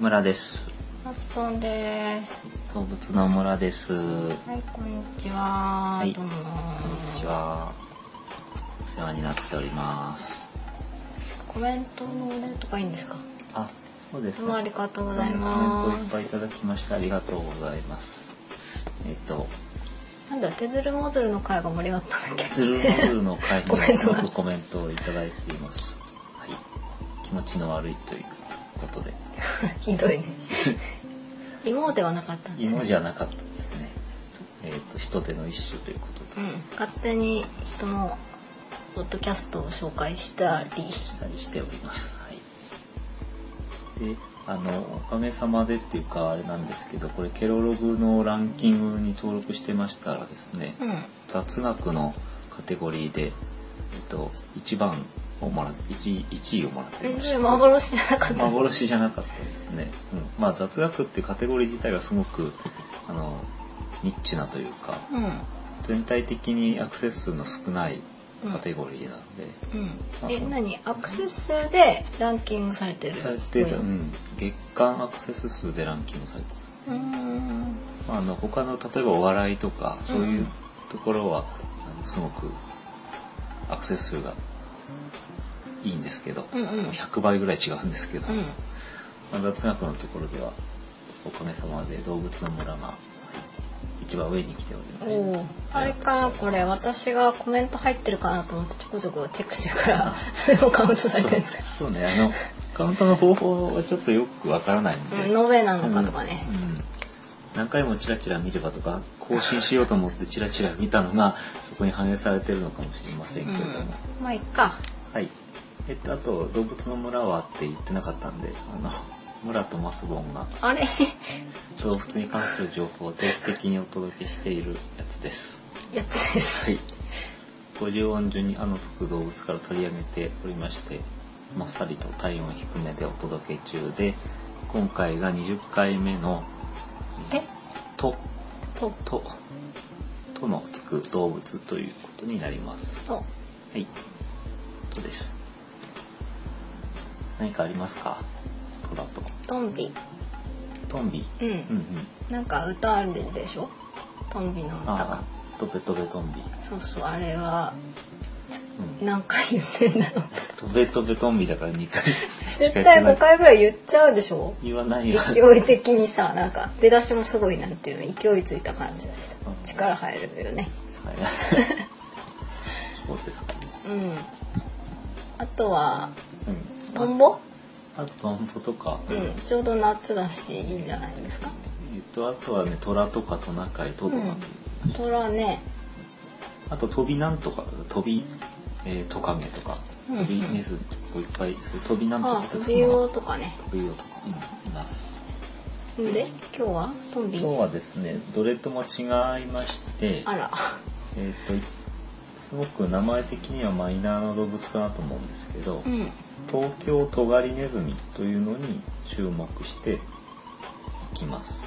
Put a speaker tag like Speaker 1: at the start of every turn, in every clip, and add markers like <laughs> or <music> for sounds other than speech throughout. Speaker 1: 村です。
Speaker 2: マスポンです。
Speaker 1: 動物の村です。こんに
Speaker 2: はい、こんにちは。
Speaker 1: はい
Speaker 2: どうも。こ
Speaker 1: ちは。お世話になっております。
Speaker 2: コメントのお礼とかいいんですか。
Speaker 1: あ、そうです
Speaker 2: どうもありがとうござい
Speaker 1: コ
Speaker 2: ま
Speaker 1: メントいっぱいい
Speaker 2: す。
Speaker 1: ただきました。ありがとうございます。えっと、
Speaker 2: なんだ、手ずるもずるの会が盛り上がったんだっけ。
Speaker 1: ツルノールの会に
Speaker 2: コ
Speaker 1: も
Speaker 2: メン
Speaker 1: す
Speaker 2: ト
Speaker 1: ご
Speaker 2: が <laughs>
Speaker 1: くコメントをいただいています。はい。気持ちの悪いということで、
Speaker 2: ひ <laughs> どいね。芋ではなかったんだね
Speaker 1: 芋じゃなかったですね。えっと、人手の一種ということ
Speaker 2: う
Speaker 1: で。
Speaker 2: ん、勝手に人のポッドキャストを紹介したり。
Speaker 1: したりしております。はい。で、あの、おかげさまでっていうか、あれなんですけど、これケロログのランキングに登録してましたらですね、
Speaker 2: うん、
Speaker 1: 雑学のカテゴリーで、えっと、1番をもらっ、1, 1位をもらって
Speaker 2: 全
Speaker 1: ました。
Speaker 2: 然幻じゃなかった。
Speaker 1: 幻じゃなかったですね。うん。まあ、雑学っていうカテゴリー自体がすごく、あの、ニッチなというか、
Speaker 2: うん、うん、
Speaker 1: 全体的にアクセス数の少ないカテゴリーなので、
Speaker 2: うん。え、何、アクセス数でランキングされてる。
Speaker 1: されてた、う
Speaker 2: うん
Speaker 1: ん、月間アクセス数でランキングされて
Speaker 2: うーん
Speaker 1: た、まあ、あの他の例えばお笑いとかそういううんところは、あのすごくアクセス数がいいんですけど、
Speaker 2: うんうん
Speaker 1: 100倍ぐらい違うんですけど、
Speaker 2: うん
Speaker 1: まあ、雑学のところではおかげさまで動物の村がはい一番上に来ておりまし
Speaker 2: おーあれかなこれ私がコメント入ってるかなと思ってちょこちょこチェックしてるからそれもカウントさ
Speaker 1: た
Speaker 2: れてるんですか
Speaker 1: そうそうねあのカウントの方法はちょっとよくわからないんで、
Speaker 2: うん延べなのかとかね
Speaker 1: うんうん何回もチラチラ見ればとか更新しようと思ってチラチラ見たのがそこに反映されてるのかもしれません
Speaker 2: う
Speaker 1: け
Speaker 2: ん
Speaker 1: れども、
Speaker 2: まあいっか
Speaker 1: はいえっとあと「動物の村は?」って言ってなかったんであの村とマスボンが
Speaker 2: あれ
Speaker 1: 動物に関する情報を定期的にお届けしているやつです
Speaker 2: やつです
Speaker 1: はい50音順に「あ」のつく動物から取り上げておりましてもっさりと体温低めでお届け中で今回が20回目の「
Speaker 2: え
Speaker 1: と」
Speaker 2: と
Speaker 1: と、とのつく動物ということになります。
Speaker 2: と
Speaker 1: はい。とです。何かありますかとだと。
Speaker 2: トンビ
Speaker 1: トンビ。
Speaker 2: うん、
Speaker 1: うんうん。
Speaker 2: なんか歌あるでしょトンビの歌が
Speaker 1: ああ、とべとべトンビ。
Speaker 2: そうそうあれは
Speaker 1: うん。
Speaker 2: 何回言ってんだろう
Speaker 1: とべとべトンビだから2回。
Speaker 2: 絶対5回ぐらい言っちゃうでしょ
Speaker 1: 言わないよ。
Speaker 2: 勢い的にさなんか出だしもすごいなんていうの勢いついた感じでした
Speaker 1: うん
Speaker 2: 力入るよね
Speaker 1: はい。そうですかね。
Speaker 2: うんあとは
Speaker 1: うん。
Speaker 2: トンボ
Speaker 1: あとトンボとか。
Speaker 2: うんちょうど夏だしいいんじゃないですか
Speaker 1: えっと、あとはね、虎とかトナカイ、トドとかっていう。
Speaker 2: 虎ね
Speaker 1: あと飛びなんとか飛び、えートカゲとか
Speaker 2: うん
Speaker 1: 飛びネズミとかいっぱいそういう飛びなんとか
Speaker 2: あ
Speaker 1: って
Speaker 2: 藤尾とかね
Speaker 1: 飛びオとか、うんいます。
Speaker 2: んで今日はトンビ
Speaker 1: 今日はですねどれとも違いまして
Speaker 2: あら
Speaker 1: えっ、とすごく名前的にはマイナーな動物かなと思うんですけど、
Speaker 2: うん
Speaker 1: 東京トガリネズミというのに注目していきます。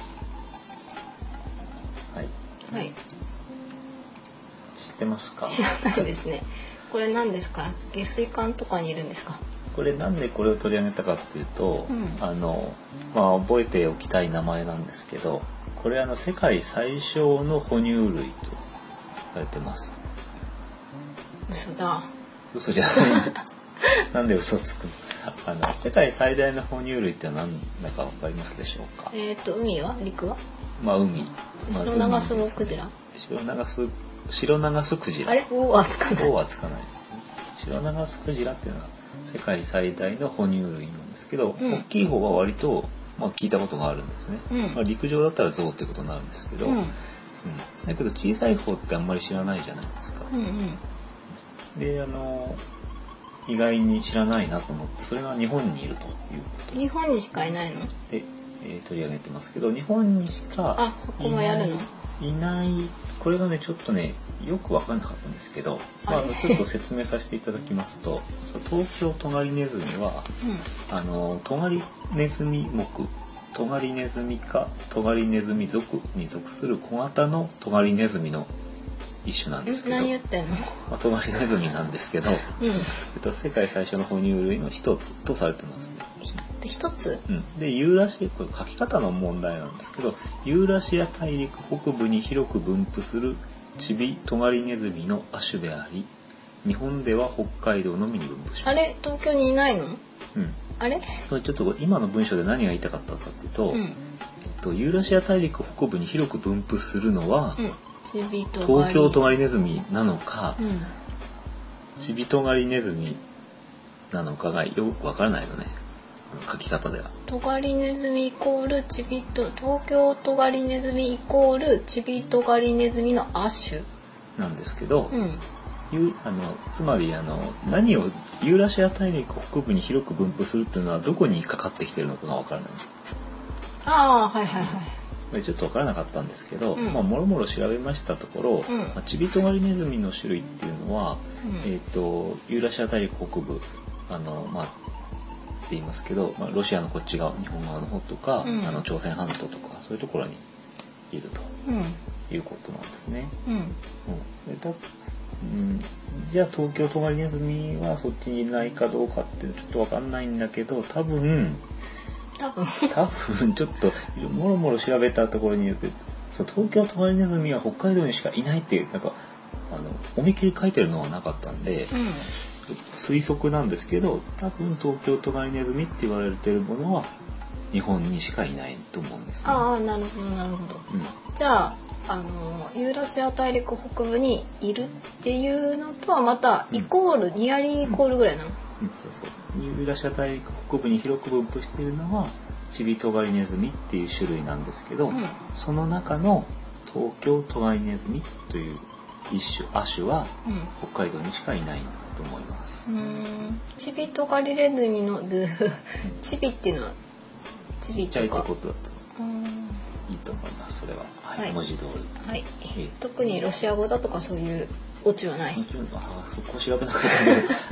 Speaker 1: はい
Speaker 2: はい
Speaker 1: 知ってますか？
Speaker 2: 知らないですねこれ何ですか下水管とかにいるんですか
Speaker 1: これなんでこれを取り上げたかっていうと、
Speaker 2: うん
Speaker 1: あのまあ覚えておきたい名前なんですけどこれあの世界最小の哺乳類と言われてます
Speaker 2: 嘘だ
Speaker 1: 嘘
Speaker 2: <laughs>
Speaker 1: じゃないなんで嘘つくのあの世界最大の哺乳類って何だか分かりますでしょうか
Speaker 2: えっ、と海は陸は
Speaker 1: まあ海まあ
Speaker 2: 白長スモクジラ
Speaker 1: 白長ス白長スクジラ
Speaker 2: あれおおつかない
Speaker 1: 王はつかないですね。白長スクジラっていうのは世界最大の哺乳類なんですけど、
Speaker 2: うん
Speaker 1: 大きい方は割と、まあ、聞いたことがあるんですね、
Speaker 2: うん
Speaker 1: まあ、陸上だったら象ってことになるんですけど、
Speaker 2: うん
Speaker 1: うんだけど小さい方ってあんまり知らないじゃないですか、
Speaker 2: うんうん
Speaker 1: であの意外に知らないなと思ってそれが日本にいるということ
Speaker 2: 日本にしかいないの
Speaker 1: で、えー取り上げてますけど日本にしか
Speaker 2: あそこもやるの
Speaker 1: いないいないこれがねちょっとねよく分かんなかったんですけど、まあ、あ
Speaker 2: は
Speaker 1: の
Speaker 2: い
Speaker 1: ちょっと説明させていただきますと <laughs> 東京トガリネズミはあのトガリネズミ目トガリネズミ科トガリネズミ属に属する小型のトガリネズミの一種なんですけ
Speaker 2: うん
Speaker 1: ど、
Speaker 2: 何言ってんの
Speaker 1: まあ、トガリネズミなんですけど、え
Speaker 2: うん
Speaker 1: っと、世界最初の哺乳類の一つとされてますね。
Speaker 2: で一つ
Speaker 1: うん、でユーラシアこれ書き方の問題なんですけどユーラシア大陸北部に広く分布するチビトガリネズミの亜種であり日本では北海道のみに分布します
Speaker 2: あれ東京にいないの
Speaker 1: うん、
Speaker 2: あれ
Speaker 1: これちょっとこれ今の文章で何が言いたかったかっていうと、
Speaker 2: うんう
Speaker 1: えっと、ユーラシア大陸北部に広く分布するのは、
Speaker 2: んちびとがり
Speaker 1: 東京トガリネズミなのか、
Speaker 2: うん
Speaker 1: チビトガリネズミなのかがよくわからないのね書き方では。
Speaker 2: トガリネズミイコールチビと東京トガリネズミイコールチビトガリネズミの亜種
Speaker 1: なんですけど、
Speaker 2: うん
Speaker 1: ゆあのつまりあの何をユーラシア大陸北部に広く分布するっていうのはどこにかかってきてるのかが分からない
Speaker 2: ああはいはいはい
Speaker 1: でちょっと分からなかったんですけど、
Speaker 2: うん
Speaker 1: まあ、もろもろ調べましたところ、
Speaker 2: うん
Speaker 1: まあチビトガリネズミの種類っていうのは、
Speaker 2: うん
Speaker 1: えー、とユーラシア大陸北部あの、まあ、って言いますけど、まあ、ロシアのこっち側日本側の方とか、
Speaker 2: うん
Speaker 1: あの朝鮮半島とかそういうところにいる
Speaker 2: うん
Speaker 1: ということなんですね。
Speaker 2: うん
Speaker 1: うんでだうん、じゃあ東京トガリネズミはそっちにいないかどうかってちょっとわかんないんだけど多分
Speaker 2: 多分
Speaker 1: 多分ちょっともろもろ調べたところによってそう東京トガリネズミは北海道にしかいないってなんかあの思いっきり書いてるのはなかったんで推測なんですけど多分東京トガリネズミって言われてるものは日本にしかいないと思うんです、ね。
Speaker 2: ああなるほどなるほど
Speaker 1: うん
Speaker 2: じゃああのユーラシア大陸北部にいるっていうのとはまたイコール、ニアリーイコールぐらいなの、
Speaker 1: うんそうそうユーラシア大陸北部に広く分布しているのはチビトガリネズミっていう種類なんですけど、
Speaker 2: うん
Speaker 1: その中の東京トガリネズミという一種亜種は
Speaker 2: うん
Speaker 1: 北海道にしかいないと思います、
Speaker 2: うーんチビとガリレズミの <laughs> ルーチビっていうのはチビ
Speaker 1: ちっちゃい
Speaker 2: と
Speaker 1: って
Speaker 2: か
Speaker 1: ことだと
Speaker 2: うーん
Speaker 1: いいと思いますそれは、はい
Speaker 2: はい
Speaker 1: 文字通り
Speaker 2: はい
Speaker 1: ええ
Speaker 2: 特にロシア語だとかそういうオチはない
Speaker 1: もちろんあーそこ調べなくて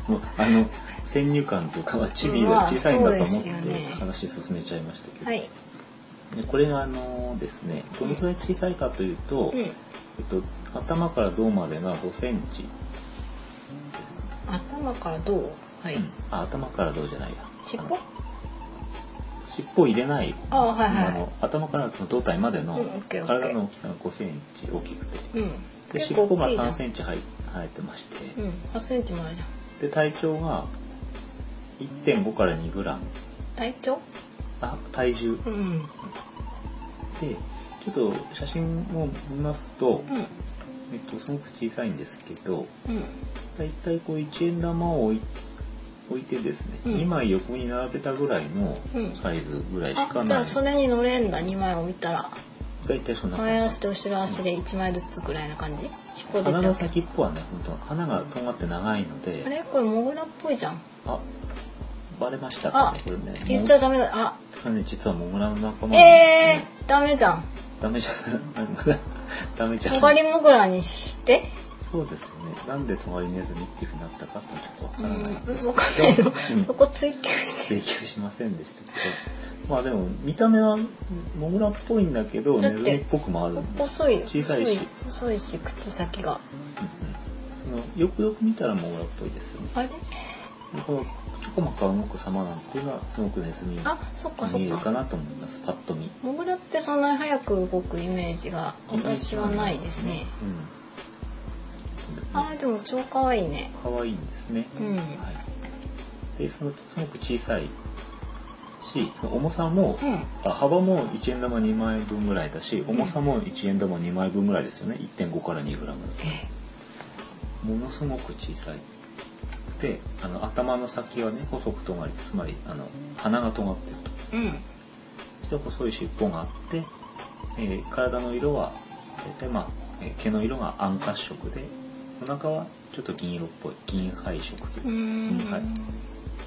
Speaker 1: ももうあの先入観とかはチビが小さいんだと思って
Speaker 2: まあそうですよね
Speaker 1: 話進めちゃいましたけど、
Speaker 2: はい
Speaker 1: でこれがあのですねどのくらい小さいかというと、
Speaker 2: うん
Speaker 1: えっと、頭から胴までが5センチ、
Speaker 2: 頭からどうはい、
Speaker 1: うんあ頭から胴じゃないや
Speaker 2: 尻
Speaker 1: あ
Speaker 2: 尾
Speaker 1: の尻尾入れない
Speaker 2: ああはい
Speaker 1: あ
Speaker 2: は
Speaker 1: の頭からの胴体までの
Speaker 2: うんオッケーオッケー
Speaker 1: 体の大きさが5センチ大きくて
Speaker 2: いうん
Speaker 1: で
Speaker 2: 結
Speaker 1: 尻
Speaker 2: 構
Speaker 1: 尾が
Speaker 2: 大きいじゃん
Speaker 1: 3センチ生え生えてまして
Speaker 2: うん8センチもあるじゃん
Speaker 1: で体長が1.5から2グラム
Speaker 2: 体長
Speaker 1: あ体重
Speaker 2: うんうん
Speaker 1: でちょっと写真を見ますと、えっと、すごく小さいんですけど
Speaker 2: うん
Speaker 1: 大体こう一円玉を置い置いてですね、
Speaker 2: うん
Speaker 1: 2枚横に並べたぐらいの
Speaker 2: うん
Speaker 1: サイズぐらいしか
Speaker 2: あじ
Speaker 1: な
Speaker 2: ゃ
Speaker 1: い、
Speaker 2: あそれに乗れんだ2枚を見たら
Speaker 1: 大体そんな
Speaker 2: 前
Speaker 1: 感
Speaker 2: 足
Speaker 1: じ
Speaker 2: と後ろ足で1枚ずつぐらいな感じ尻尾出
Speaker 1: 鼻
Speaker 2: ちゃ
Speaker 1: の
Speaker 2: う
Speaker 1: 先っぽはね本当花が尖って長いので
Speaker 2: あれこれモグラっぽいじゃん
Speaker 1: あバレましたかね
Speaker 2: あ
Speaker 1: これね
Speaker 2: 言っちゃ
Speaker 1: も
Speaker 2: ダメだあ
Speaker 1: うこれね実はモグラの仲間なんです
Speaker 2: え
Speaker 1: ね
Speaker 2: ー、ダメじゃん
Speaker 1: ダメじゃない <laughs> ダメじゃ
Speaker 2: トガ
Speaker 1: ない
Speaker 2: リモグラにして
Speaker 1: そうですよねなんでトガリネズミっていうふうになったかってちょっと
Speaker 2: う
Speaker 1: わ
Speaker 2: ん
Speaker 1: からないんです
Speaker 2: 分かんないの
Speaker 1: うん
Speaker 2: そこ追求して
Speaker 1: 請求しませんでしたけどまあでも見た目はモグラっぽいんだけど
Speaker 2: だっ
Speaker 1: ネ
Speaker 2: て
Speaker 1: ズミっぽくもあるんで、
Speaker 2: 細い
Speaker 1: 小さいし
Speaker 2: 細い細いし口先が
Speaker 1: うんうんあのよくよく見たらモグラっぽいですよね
Speaker 2: あれ
Speaker 1: このちょこまか動く様なんていうのはすごくネズミに
Speaker 2: あそっかそ
Speaker 1: 見える
Speaker 2: っ
Speaker 1: か
Speaker 2: か
Speaker 1: なと思いますパッと見
Speaker 2: モグラってそんなに早く動くイメージが私はないですね
Speaker 1: うん
Speaker 2: あーでも超可愛いね
Speaker 1: 可愛いんですね、
Speaker 2: うん
Speaker 1: はい、でそのすごく小さいしその重さも、
Speaker 2: うん
Speaker 1: あ幅も1円玉2枚分ぐらいだし重さも1円玉2枚分ぐらいですよね1.5から2グラムものすごく小さいであの頭の先はね細く尖りつまりあの鼻が尖ってると
Speaker 2: うん
Speaker 1: そして細い尻尾があって、えー体の色は大体まあ、えー毛の色が暗褐色でお腹はちょっと銀色っぽい銀灰色という
Speaker 2: う
Speaker 1: か
Speaker 2: ん
Speaker 1: 銀灰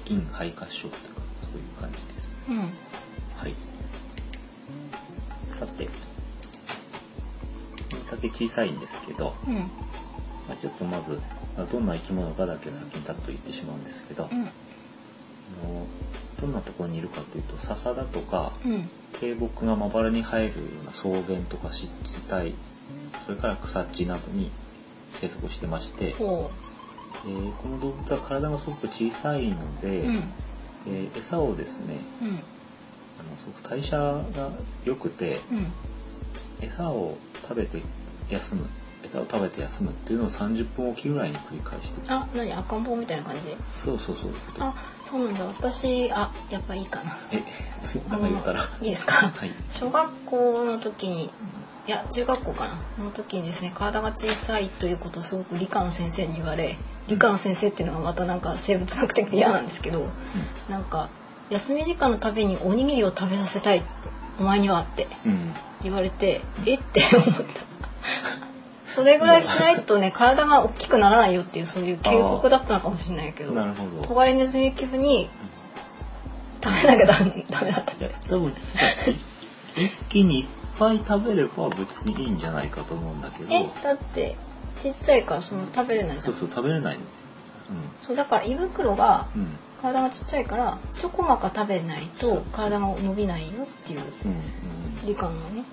Speaker 1: 銀灰褐色というかそういう感じです
Speaker 2: うん
Speaker 1: はい。さて、これだけ小さいんですけど、
Speaker 2: うん
Speaker 1: まあ、ちょっとまず、まあどんな生き物かだけ先にざっと言ってしまうんですけど、
Speaker 2: うん
Speaker 1: あのどんなところにいるかというと、笹だとか、
Speaker 2: うん
Speaker 1: 低木がまばらに生えるような草原とか湿地帯、それから草地などに生息してまして、え
Speaker 2: ほ
Speaker 1: ーこの動物は体がすごく小さいので、
Speaker 2: ううん
Speaker 1: えー餌をですね
Speaker 2: うん
Speaker 1: あのすごく代謝が良くて
Speaker 2: うん
Speaker 1: 餌を食べて休む餌を食べて休むっていうのを30分おきぐらいに繰り返して
Speaker 2: あ何赤ん坊みたいな感じ
Speaker 1: そうそうそういうこと
Speaker 2: あそうなんだ私あやっぱいいかな
Speaker 1: えなんか言ったら
Speaker 2: あのいいですか
Speaker 1: はい
Speaker 2: 小学校の時にいや中学校かなその時にですね体が小さいということをすごく理科の先生に言われ理科の先生っていうのがまたなんか生物学的で嫌なんですけどなんか休み時間のたびにおにぎりを食べさせたいってお前にはって
Speaker 1: うん、うん
Speaker 2: 言われてえって思ったそれぐらいしないとね <laughs> 体が大きくならないよっていうそういう警告だったのかもしれないけど
Speaker 1: なるほど
Speaker 2: トガリネズミ寄付に食べなきゃダメダメだった
Speaker 1: いや多分一気にいっぱい食べれば別にいいんじゃないかと思うんだけど
Speaker 2: えだってちっちゃいからその食べれないじゃん
Speaker 1: そうそう食べれないんですよ
Speaker 2: そうだから胃袋が
Speaker 1: うん
Speaker 2: 体がちっちゃいから一コマか食べない
Speaker 1: そうそ
Speaker 2: と
Speaker 1: う
Speaker 2: 体が伸びないよっていう
Speaker 1: うんうんうん
Speaker 2: 理科のね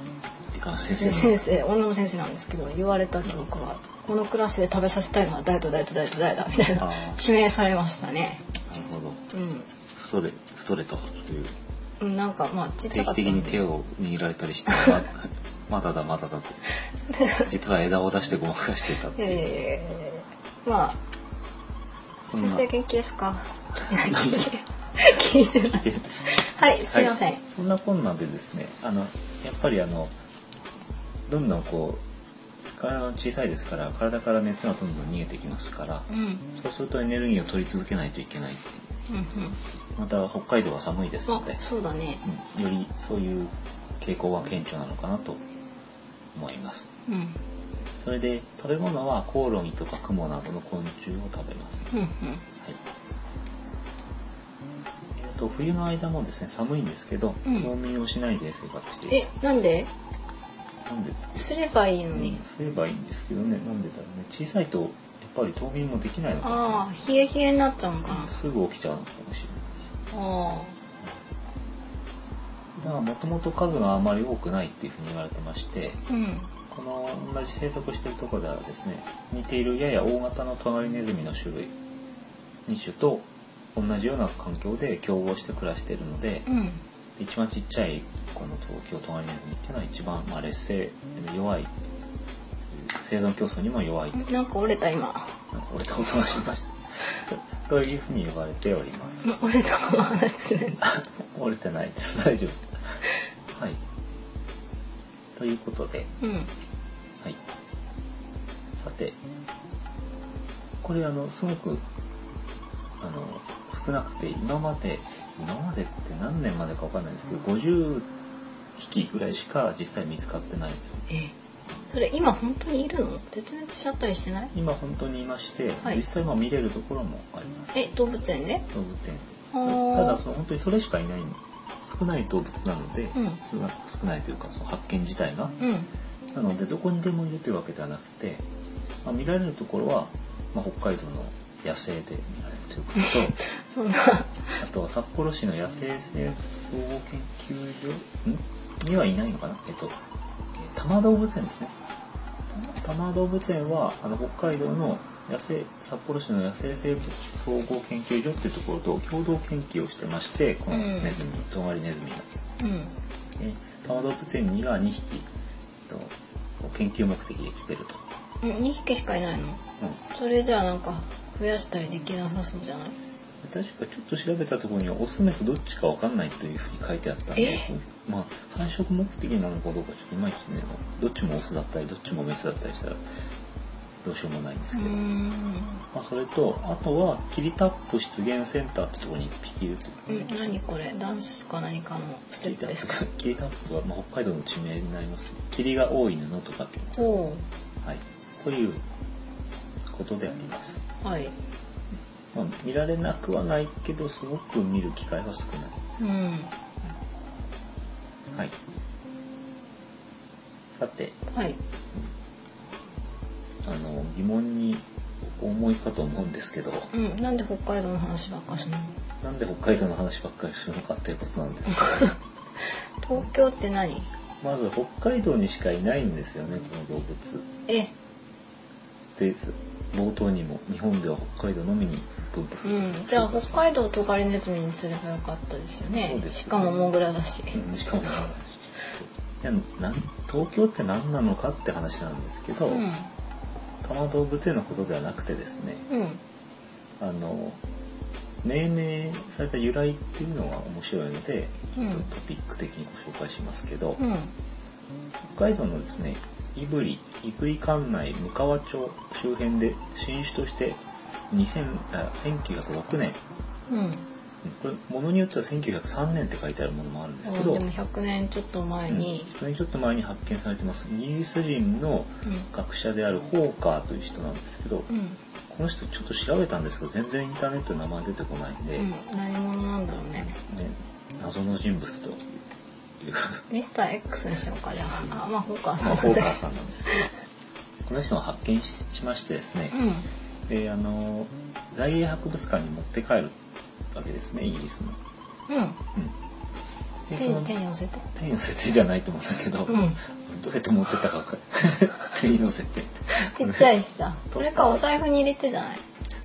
Speaker 1: 理科の先生
Speaker 2: 先生女の先生なんですけど言われた記憶がこのクラスで食べさせたいのは誰と誰と誰と誰だみたい
Speaker 1: あ
Speaker 2: な
Speaker 1: ー
Speaker 2: 指名されましたね
Speaker 1: なるほど
Speaker 2: うん
Speaker 1: 太れ太れという
Speaker 2: うんなんかまあちっち
Speaker 1: 定
Speaker 2: ゃか
Speaker 1: 期
Speaker 2: っ
Speaker 1: 的
Speaker 2: たん
Speaker 1: に
Speaker 2: で
Speaker 1: 手を握られたりして
Speaker 2: <laughs>
Speaker 1: ままだだまだだと実は枝を出してごまかしていたって
Speaker 2: いやいや
Speaker 1: いう
Speaker 2: いやいやまあ
Speaker 1: こん
Speaker 2: 先
Speaker 1: な
Speaker 2: 生元気ですか
Speaker 1: <laughs>
Speaker 2: 聞いてないはいすみません、
Speaker 1: はい、そんなこんなんでですねあのやっぱりあのどんどんこう体が小さいですから体から熱がどんどん逃げてきますから
Speaker 2: うんうん
Speaker 1: そうするとエネルギーを取り続けないといけないっていう
Speaker 2: うん
Speaker 1: また北海道は寒いですので
Speaker 2: あ、そうだね
Speaker 1: うん、よりそういう傾向が顕著なのかなと思います
Speaker 2: うん
Speaker 1: それで食べ物はコオロギとかクモなどの昆虫を食べます、
Speaker 2: うんうん
Speaker 1: はいえー、と冬の間もですね寒いんですけど、
Speaker 2: うん
Speaker 1: 冬眠をしないで生活してい
Speaker 2: え
Speaker 1: る
Speaker 2: なんで
Speaker 1: なんで、
Speaker 2: すればいいの
Speaker 1: うん
Speaker 2: に、
Speaker 1: すればいいんですけどね飲んでたらね小さいとやっぱり冬眠もできないのか
Speaker 2: あ
Speaker 1: な
Speaker 2: あ冷え冷えになっちゃうのかな、
Speaker 1: すぐ起きちゃうのかもしれない
Speaker 2: あ
Speaker 1: だからもともと数があまり多くないっていうふうに言われてまして
Speaker 2: あうん
Speaker 1: この同じ生息しているところではですね似ているやや大型のトガリネズミの種類2種と同じような環境で競合して暮らしているので
Speaker 2: うん
Speaker 1: 一番ちっちゃいこの東京トガリネズミっていうのは一番、まあ、劣勢弱い生存競争にも弱いなんか
Speaker 2: なんか折れた今
Speaker 1: 折れた音がしました <laughs> というふうに言われております <laughs>
Speaker 2: うん <laughs> 折れたまま話する
Speaker 1: 折れてないです大丈夫はいということで
Speaker 2: <laughs> うん
Speaker 1: はいさてこれあのすごくあの少なくて今まで今までって何年までかわかんないですけど50匹ぐらいしか実際見つかってないです
Speaker 2: えそれ今本当にいるの絶滅しちゃったりしてない
Speaker 1: 今本当にいまして、
Speaker 2: はい
Speaker 1: 実際まあ見れるところもあります
Speaker 2: え動物園で
Speaker 1: 動物園
Speaker 2: あー
Speaker 1: ただその本当にそれしかいない少ない動物なので、
Speaker 2: うん
Speaker 1: 少な少ないというかその発見自体が
Speaker 2: うん
Speaker 1: なのでどこにでもいるというわけではなくて、まあ、見られるところは、まあ、北海道の野生で見られるということ
Speaker 2: そんな
Speaker 1: とあとは札幌市の野生生物総合研究所んにはいないのかなえっとえー多摩動物園ですね多摩動物園はあの北海道の野生札幌市の野生生物総合研究所っていうところと共同研究をしてましてこのネズミトガリネズミの。
Speaker 2: うん
Speaker 1: えー多摩動物園には2匹、えっと、研究目的で来てると、
Speaker 2: うん2匹しかいないの
Speaker 1: うん
Speaker 2: それじゃあなんか増やしたりできなさそうじゃない
Speaker 1: 確かちょっと調べたところにはオスメスどっちかわかんないというふうに書いてあったんで
Speaker 2: え
Speaker 1: まあ繁殖目的なのかどうかちょっといまいちねどっちもオスだったりどっちもメスだったりしたらどうしようもないんです
Speaker 2: う
Speaker 1: けど、
Speaker 2: ん
Speaker 1: まあ、それとあとはキリタップ出現センターってところに1匹いると
Speaker 2: うん何これダンスか何かのス
Speaker 1: キ
Speaker 2: テ
Speaker 1: リ
Speaker 2: ッ
Speaker 1: タ
Speaker 2: プです
Speaker 1: ッ
Speaker 2: か
Speaker 1: プ <laughs> キリタップは、まあ、北海道の地名になります霧が多い布とかって
Speaker 2: ほ
Speaker 1: はい、ということであります、
Speaker 2: うはい
Speaker 1: まあ、見られなくはないけどすごく見る機会は少ない、
Speaker 2: うん
Speaker 1: はい、さて
Speaker 2: はい
Speaker 1: あの疑問にお思いかと思うんですけど
Speaker 2: うんなんで北海道の話ばっかするの <laughs>
Speaker 1: なんで北海道の話ばっかりするのかっていうことなん
Speaker 2: <laughs>
Speaker 1: ですけど
Speaker 2: 東京って何
Speaker 1: まず北海道にしかいないんですよねこの動物
Speaker 2: え
Speaker 1: で冒頭にも日本では北海道のみに分布する、
Speaker 2: うん、じゃあ北海道トカリネズミにすればよかったですよね
Speaker 1: そうですね
Speaker 2: しかもモグラだし、
Speaker 1: うんしかも長いしいやなん東京って何なのかって話なんですけど、
Speaker 2: うんうん
Speaker 1: 多摩動物園のことではなくてですねあの命名された由来っていうのが面白いので、
Speaker 2: うん
Speaker 1: ちょっとトピック的にご紹介しますけど、
Speaker 2: うん
Speaker 1: 北海道のですね胆振胆振管内向川町周辺で新種として2000あ1906年
Speaker 2: うん
Speaker 1: これものによっては1903年って書いてあるものもあるんですけど、
Speaker 2: でも100年ちょっと前に、
Speaker 1: それにちょっと前に発見されてますイギリス人の
Speaker 2: うん
Speaker 1: 学者であるホーカーという人なんですけど、
Speaker 2: うん
Speaker 1: この人ちょっと調べたんですけど全然インターネットの名前出てこないんで、ね、
Speaker 2: うん、何者なんだろうね
Speaker 1: 謎の人物
Speaker 2: <laughs>
Speaker 1: という
Speaker 2: ミスター X にしようかじゃああまあホーカー
Speaker 1: ま
Speaker 2: さ
Speaker 1: あ
Speaker 2: ん
Speaker 1: ホーカーさんなんですけどこの人を発見ししましてですね、
Speaker 2: うん
Speaker 1: であの大英博物館に持って帰るわけですねイギリスの。
Speaker 2: うん
Speaker 1: うん、でその
Speaker 2: 手手に寄せて
Speaker 1: 手に乗せてじゃないと思うんだけど、
Speaker 2: うん
Speaker 1: どうやって持ってったか分か
Speaker 2: <laughs>
Speaker 1: る手に乗せて
Speaker 2: ちっちゃいしさこれかお財布に入れてじゃない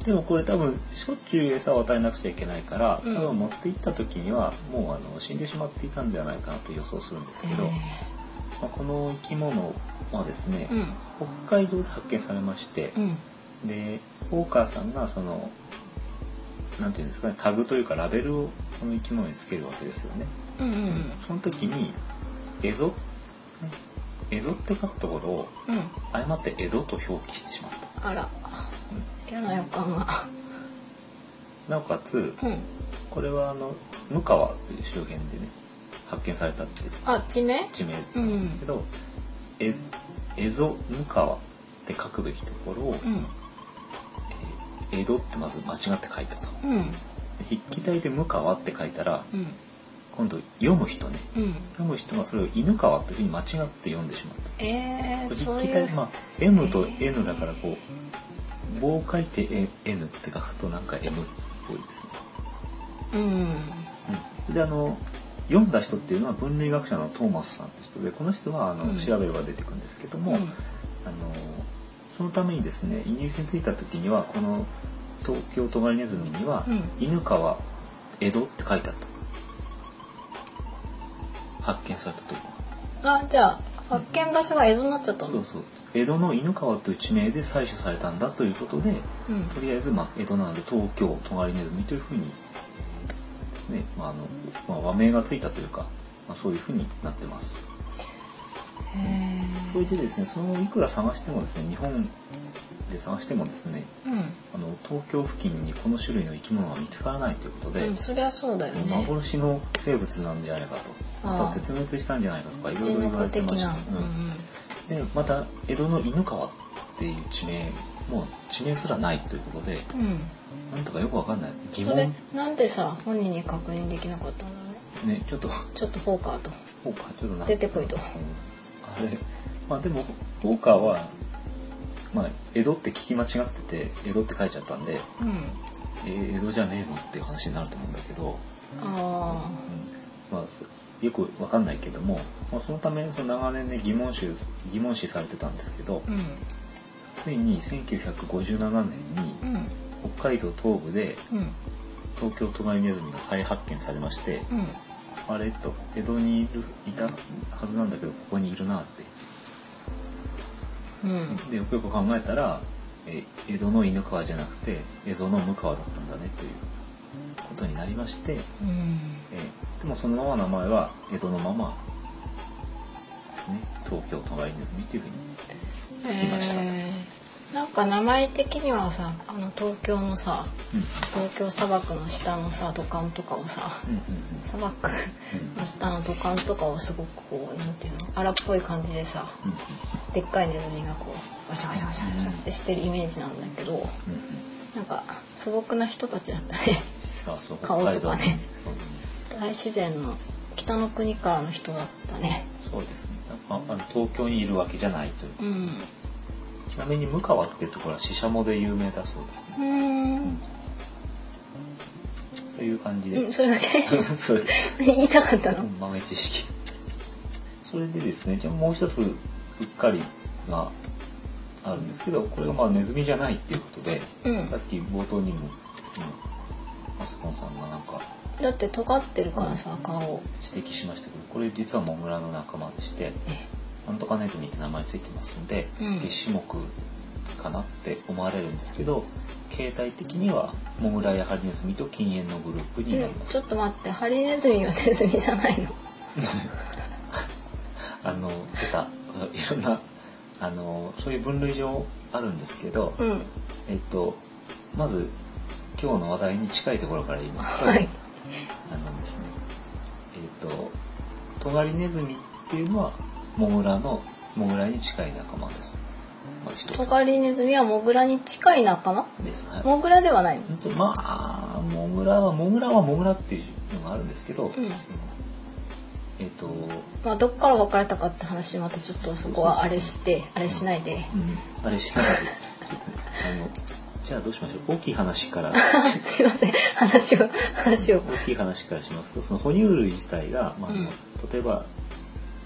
Speaker 1: でもこれ多分しょっちゅう餌を与えなくちゃいけないから多
Speaker 2: うん
Speaker 1: 分持って行った時にはもうあの死んでしまっていたんではないかなと予想するんですけど、まあ、この生き物はですね、
Speaker 2: うん
Speaker 1: 北海道で発見されまして、
Speaker 2: うん
Speaker 1: でホーカーさんがそのなんていうんですかねタグというかラベルをこの生き物につけるわけですよね。
Speaker 2: うんうん
Speaker 1: その時に「蝦夷」ね「蝦夷」って書くところを
Speaker 2: うん
Speaker 1: 誤って「江戸」と表記してしまった。
Speaker 2: あら嫌な予感が
Speaker 1: なおかつ
Speaker 2: うん
Speaker 1: これはあの向川という周辺でね発見されたっていう
Speaker 2: あ地名
Speaker 1: 地名なんですけど「え江戸向川」って書くべきところを
Speaker 2: うん
Speaker 1: 「え江戸」ってまず間違って書いたと。
Speaker 2: うん
Speaker 1: で筆記体で「向川」って書いたら
Speaker 2: うん
Speaker 1: 今度読む人ね
Speaker 2: うん
Speaker 1: 読む人がそれを「犬川」というふうに間違って読んでしまった。
Speaker 2: えー、そう
Speaker 1: 筆記
Speaker 2: い
Speaker 1: 体
Speaker 2: う、
Speaker 1: まあ M と N だからこう棒を書いて N って書くとなんか M っぽいですね。
Speaker 2: うん
Speaker 1: うん、であの読んだ人っていうのは分類学者のトーマスさんって人でこの人はあの、
Speaker 2: うん
Speaker 1: 調べれば出てくるんですけども、
Speaker 2: うん
Speaker 1: あのそのためにですねイギリスに着いた時にはこの東京トガリネズミには
Speaker 2: うん
Speaker 1: 「犬川江戸」って書いてあった発見されたとこ
Speaker 2: あじゃあ発見場所が江戸になっちゃったの
Speaker 1: そうそう江戸の犬川という地名で採取されたんだということで
Speaker 2: うん
Speaker 1: とりあえず、まあ、江戸なので東京トガリネズミというふうにですね、まああのまあ、和名がついたというか、まあ、そういうふうになってます。
Speaker 2: へ
Speaker 1: それ
Speaker 2: ー
Speaker 1: でですねそのいくら探してもですね日本で探してもですね
Speaker 2: う
Speaker 1: あの東京付近にこの種類の生き物は見つからないということで
Speaker 2: ん、うん、、そりゃそうだよね
Speaker 1: 幻の生物なんじゃないかとま
Speaker 2: あー
Speaker 1: た絶滅したんじゃないかとかいろい
Speaker 2: 土
Speaker 1: ろ
Speaker 2: の
Speaker 1: 言わ
Speaker 2: 子
Speaker 1: れて
Speaker 2: 的
Speaker 1: まし
Speaker 2: な
Speaker 1: た。うんでまた江戸の犬川っていう地名もう地名すらないということで
Speaker 2: うん、うん
Speaker 1: なんとかよくわかんない疑
Speaker 2: それ
Speaker 1: 問
Speaker 2: なんでさ本人に確認できなかったんだろうね
Speaker 1: ねちょっと
Speaker 2: ちょっとフォーカーと
Speaker 1: フォーカーちょっとな
Speaker 2: 出てこいと
Speaker 1: うんあれまあでもフォーカーはまあ江戸って聞き間違ってて江戸って書いちゃったんで、
Speaker 2: うん
Speaker 1: えー江戸じゃねえのっていう話になると思うんだけど、
Speaker 2: あ
Speaker 1: うんまあそよくわかんないけども、まあ、そのためその長年ね疑問視疑問視されてたんですけど
Speaker 2: あうん
Speaker 1: ついに1957年に
Speaker 2: うん
Speaker 1: 北海道東部で
Speaker 2: うん
Speaker 1: 東京トガリネズミが再発見されまして、
Speaker 2: うん
Speaker 1: あれと江戸にいるいたはずなんだけどここにいるなって
Speaker 2: うん
Speaker 1: でよくよく考えたらえ江戸の犬川じゃなくて江戸の向川だったんだねということになりまして
Speaker 2: うん
Speaker 1: えでもそのまま名前は江戸のまま、ね、東京都外ネズミというふうにつきましたと、
Speaker 2: えーなんか名前的にはさあの東京のさ東京砂漠の下のさ土管とかをさ
Speaker 1: うんうん
Speaker 2: 砂漠の下の土管とかをすごくこうなんていうの荒っぽい感じでさ
Speaker 1: うんうんうん
Speaker 2: でっかいネズミがこうバシャバシャバシャバシャってしてるイメージなんだけど
Speaker 1: うんうん
Speaker 2: なんか素朴な人たちだったね <laughs>
Speaker 1: さあそう
Speaker 2: 顔とかね
Speaker 1: 北海道に
Speaker 2: 大自然の北の国からの人だったね
Speaker 1: そうそうですねああの東京にいるわけじゃないという
Speaker 2: うん
Speaker 1: ちなみに向川っていうところはシシャモで有名だそうですね
Speaker 2: う
Speaker 1: という感じ
Speaker 2: ーんう
Speaker 1: で
Speaker 2: ん。それだ
Speaker 1: そうです。
Speaker 2: け <laughs> 言いたかったの
Speaker 1: 豆知識。それでですね、じゃあもう一つ、うっかりが、あるんですけどこれがまあネズミじゃないっていうことで、
Speaker 2: うん
Speaker 1: さっき冒頭にも、うん、マスコンさんがなんか
Speaker 2: だって尖ってるからさ顔を
Speaker 1: 指摘しましたけどこれ実はモグラの仲間でしてなんとかネズミって名前ついてますんで、
Speaker 2: うん
Speaker 1: 月種目かなって思われるんですけど形態的にはモグラやハリネズミと禁煙のグループになり
Speaker 2: うん
Speaker 1: ます、
Speaker 2: ちょっと待ってハリネズミはネズミじゃないの
Speaker 1: あの出たいろんなあのそういう分類上あるんですけど、
Speaker 2: うん
Speaker 1: えっとまず今日の話題に近いところから言いますと、
Speaker 2: はい
Speaker 1: あのですねえっとトガリネズミっていうのはモグラのモグラに近い仲間です。まず一
Speaker 2: ト
Speaker 1: つ
Speaker 2: ガリネズミはモグラに近い仲間
Speaker 1: です。はい。
Speaker 2: モグラではないの
Speaker 1: うんとまあモグラはモグラはモグラっていうのがあるんですけど、
Speaker 2: ん
Speaker 1: えっと、
Speaker 2: まあどっから分かれたかって話またちょっとそこはあれしてあれしないで
Speaker 1: あれしながらあのじゃあどうしましょう大きい話から
Speaker 2: <laughs> すいません話を話を
Speaker 1: 大きい話からしますとその哺乳類自体が、まああの
Speaker 2: うん
Speaker 1: 例えば、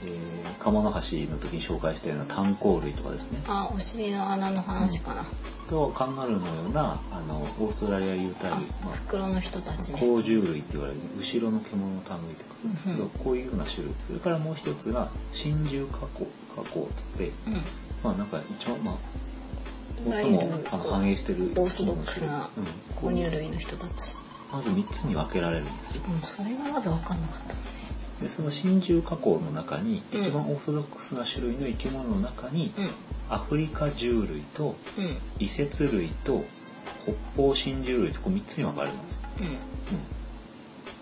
Speaker 1: えー、カモノハシの時に紹介したような炭鉱類とかですね
Speaker 2: あお尻の穴の話かな、
Speaker 1: とカンガルーのようなあのオーストラリア有袋類、
Speaker 2: あ
Speaker 1: まあ、
Speaker 2: 袋の人たちね
Speaker 1: 甲獣類って言われる後ろの獣の類とかなんですけど、
Speaker 2: うん
Speaker 1: こういうような種類それからもう一つが真獣加工加工っつって
Speaker 2: うん
Speaker 1: まあなんか一番まあ
Speaker 2: いわ
Speaker 1: 最
Speaker 2: ゆる
Speaker 1: もあの繁栄してる
Speaker 2: オーソドックスな
Speaker 1: うん
Speaker 2: 哺乳類の人たち、
Speaker 1: まず3つに分けられるんですよ
Speaker 2: うん、それがまず分かんなかっ
Speaker 1: でその真獣加工の中に
Speaker 2: うん
Speaker 1: 一番オーソドックスな種類の生き物の中に
Speaker 2: たうん
Speaker 1: アフリカ獣類と
Speaker 2: うんうん
Speaker 1: 異節類と北方真獣類とこう3つに分かれるんですよ、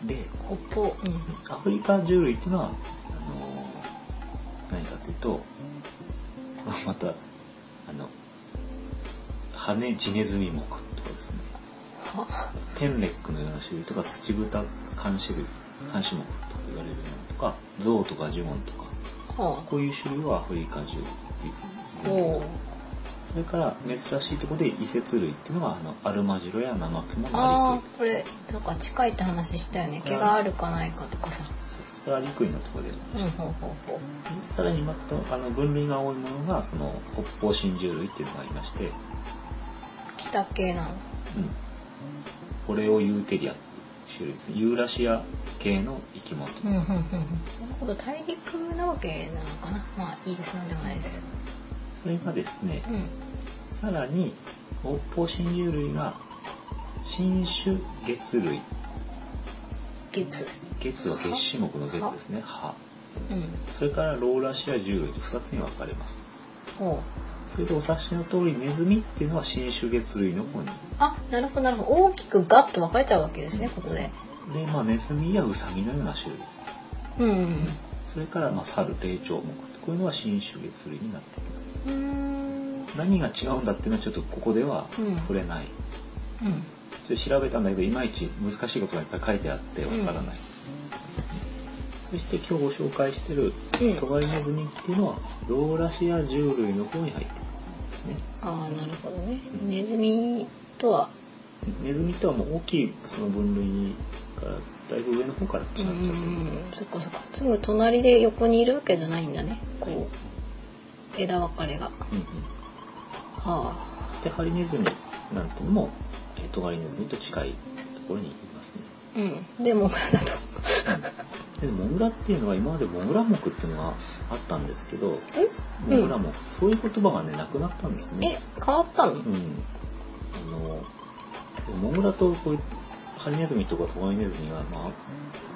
Speaker 1: うんで
Speaker 2: 北方う
Speaker 1: ア
Speaker 2: ん
Speaker 1: フリカ獣類っていうのはあのー何かっていうと <laughs> またあの羽地ネズミ目とかですね
Speaker 2: は
Speaker 1: テンレックのような種類とか土豚監視類監視目と言われるようなのとか象とかジュモンとか
Speaker 2: は
Speaker 1: こういう種類をアフリカ獣っていう
Speaker 2: あ
Speaker 1: ふうに
Speaker 2: おう
Speaker 1: それから珍しいところで異節類っていうのはあのアルマジロやナマケモ
Speaker 2: あ
Speaker 1: アリクイ
Speaker 2: ーこれなんか近いって話したよね毛があるかないかとかさ
Speaker 1: それはアリクイのところで
Speaker 2: うんほうほうほ
Speaker 1: さらにまたあの分類が多いものがその北方真獣類っていうのがありまして、うん、
Speaker 2: う北系なの
Speaker 1: これをユーテリアっていう種類ですユーラシア系の生き物、
Speaker 2: うんうんうんうんなるほど大陸なわけなのかなまあいいですなんでもないです
Speaker 1: それがですね、
Speaker 2: うん
Speaker 1: さらに北方真獣類が新種月類
Speaker 2: 月
Speaker 1: 月は月種目の月ですね葉
Speaker 2: うん
Speaker 1: それからローラシア獣類と2つに分かれます
Speaker 2: ほう
Speaker 1: それでお察しの通りネズミっていうのは新種月類の方に
Speaker 2: あなるほどなるほど大きくガッと分かれちゃうわけですねここで
Speaker 1: でまあネズミやウサギのような種類
Speaker 2: うんうん
Speaker 1: それからまあ猿霊長目こういうのは新種月類になっている
Speaker 2: うんうーん
Speaker 1: 何が違うんだっていうのはちょっとここでは
Speaker 2: うん
Speaker 1: 触れない、
Speaker 2: うん
Speaker 1: ちょっと調べたんだけどいまいち難しいことがいっぱい書いてあってわからない、そして今日ご紹介してる
Speaker 2: うん
Speaker 1: トガリネズミっていうのはローラシア獣類の方に入ってくるんですね
Speaker 2: ああなるほどねネズミとは
Speaker 1: ネズミとはもう大きいその分類からだいぶ上の方から来
Speaker 2: う
Speaker 1: ちゃってるんですよ
Speaker 2: んそっかそっかすぐ隣で横にいるわけじゃないんだねこう枝分かれがは
Speaker 1: うんうん
Speaker 2: あ
Speaker 1: でハリネズミなんてのもえートガリネズミと近いところにいますね
Speaker 2: うんでもこれだと
Speaker 1: でモグラっていうのは今までモグラ目っていうのがあったんですけど
Speaker 2: え
Speaker 1: モグラ目、そういう言葉がねなくなったんです
Speaker 2: うんえ
Speaker 1: ね
Speaker 2: 変わったの
Speaker 1: うんあのモグラとこういうハリネズミとかトガリネズミが、まあ、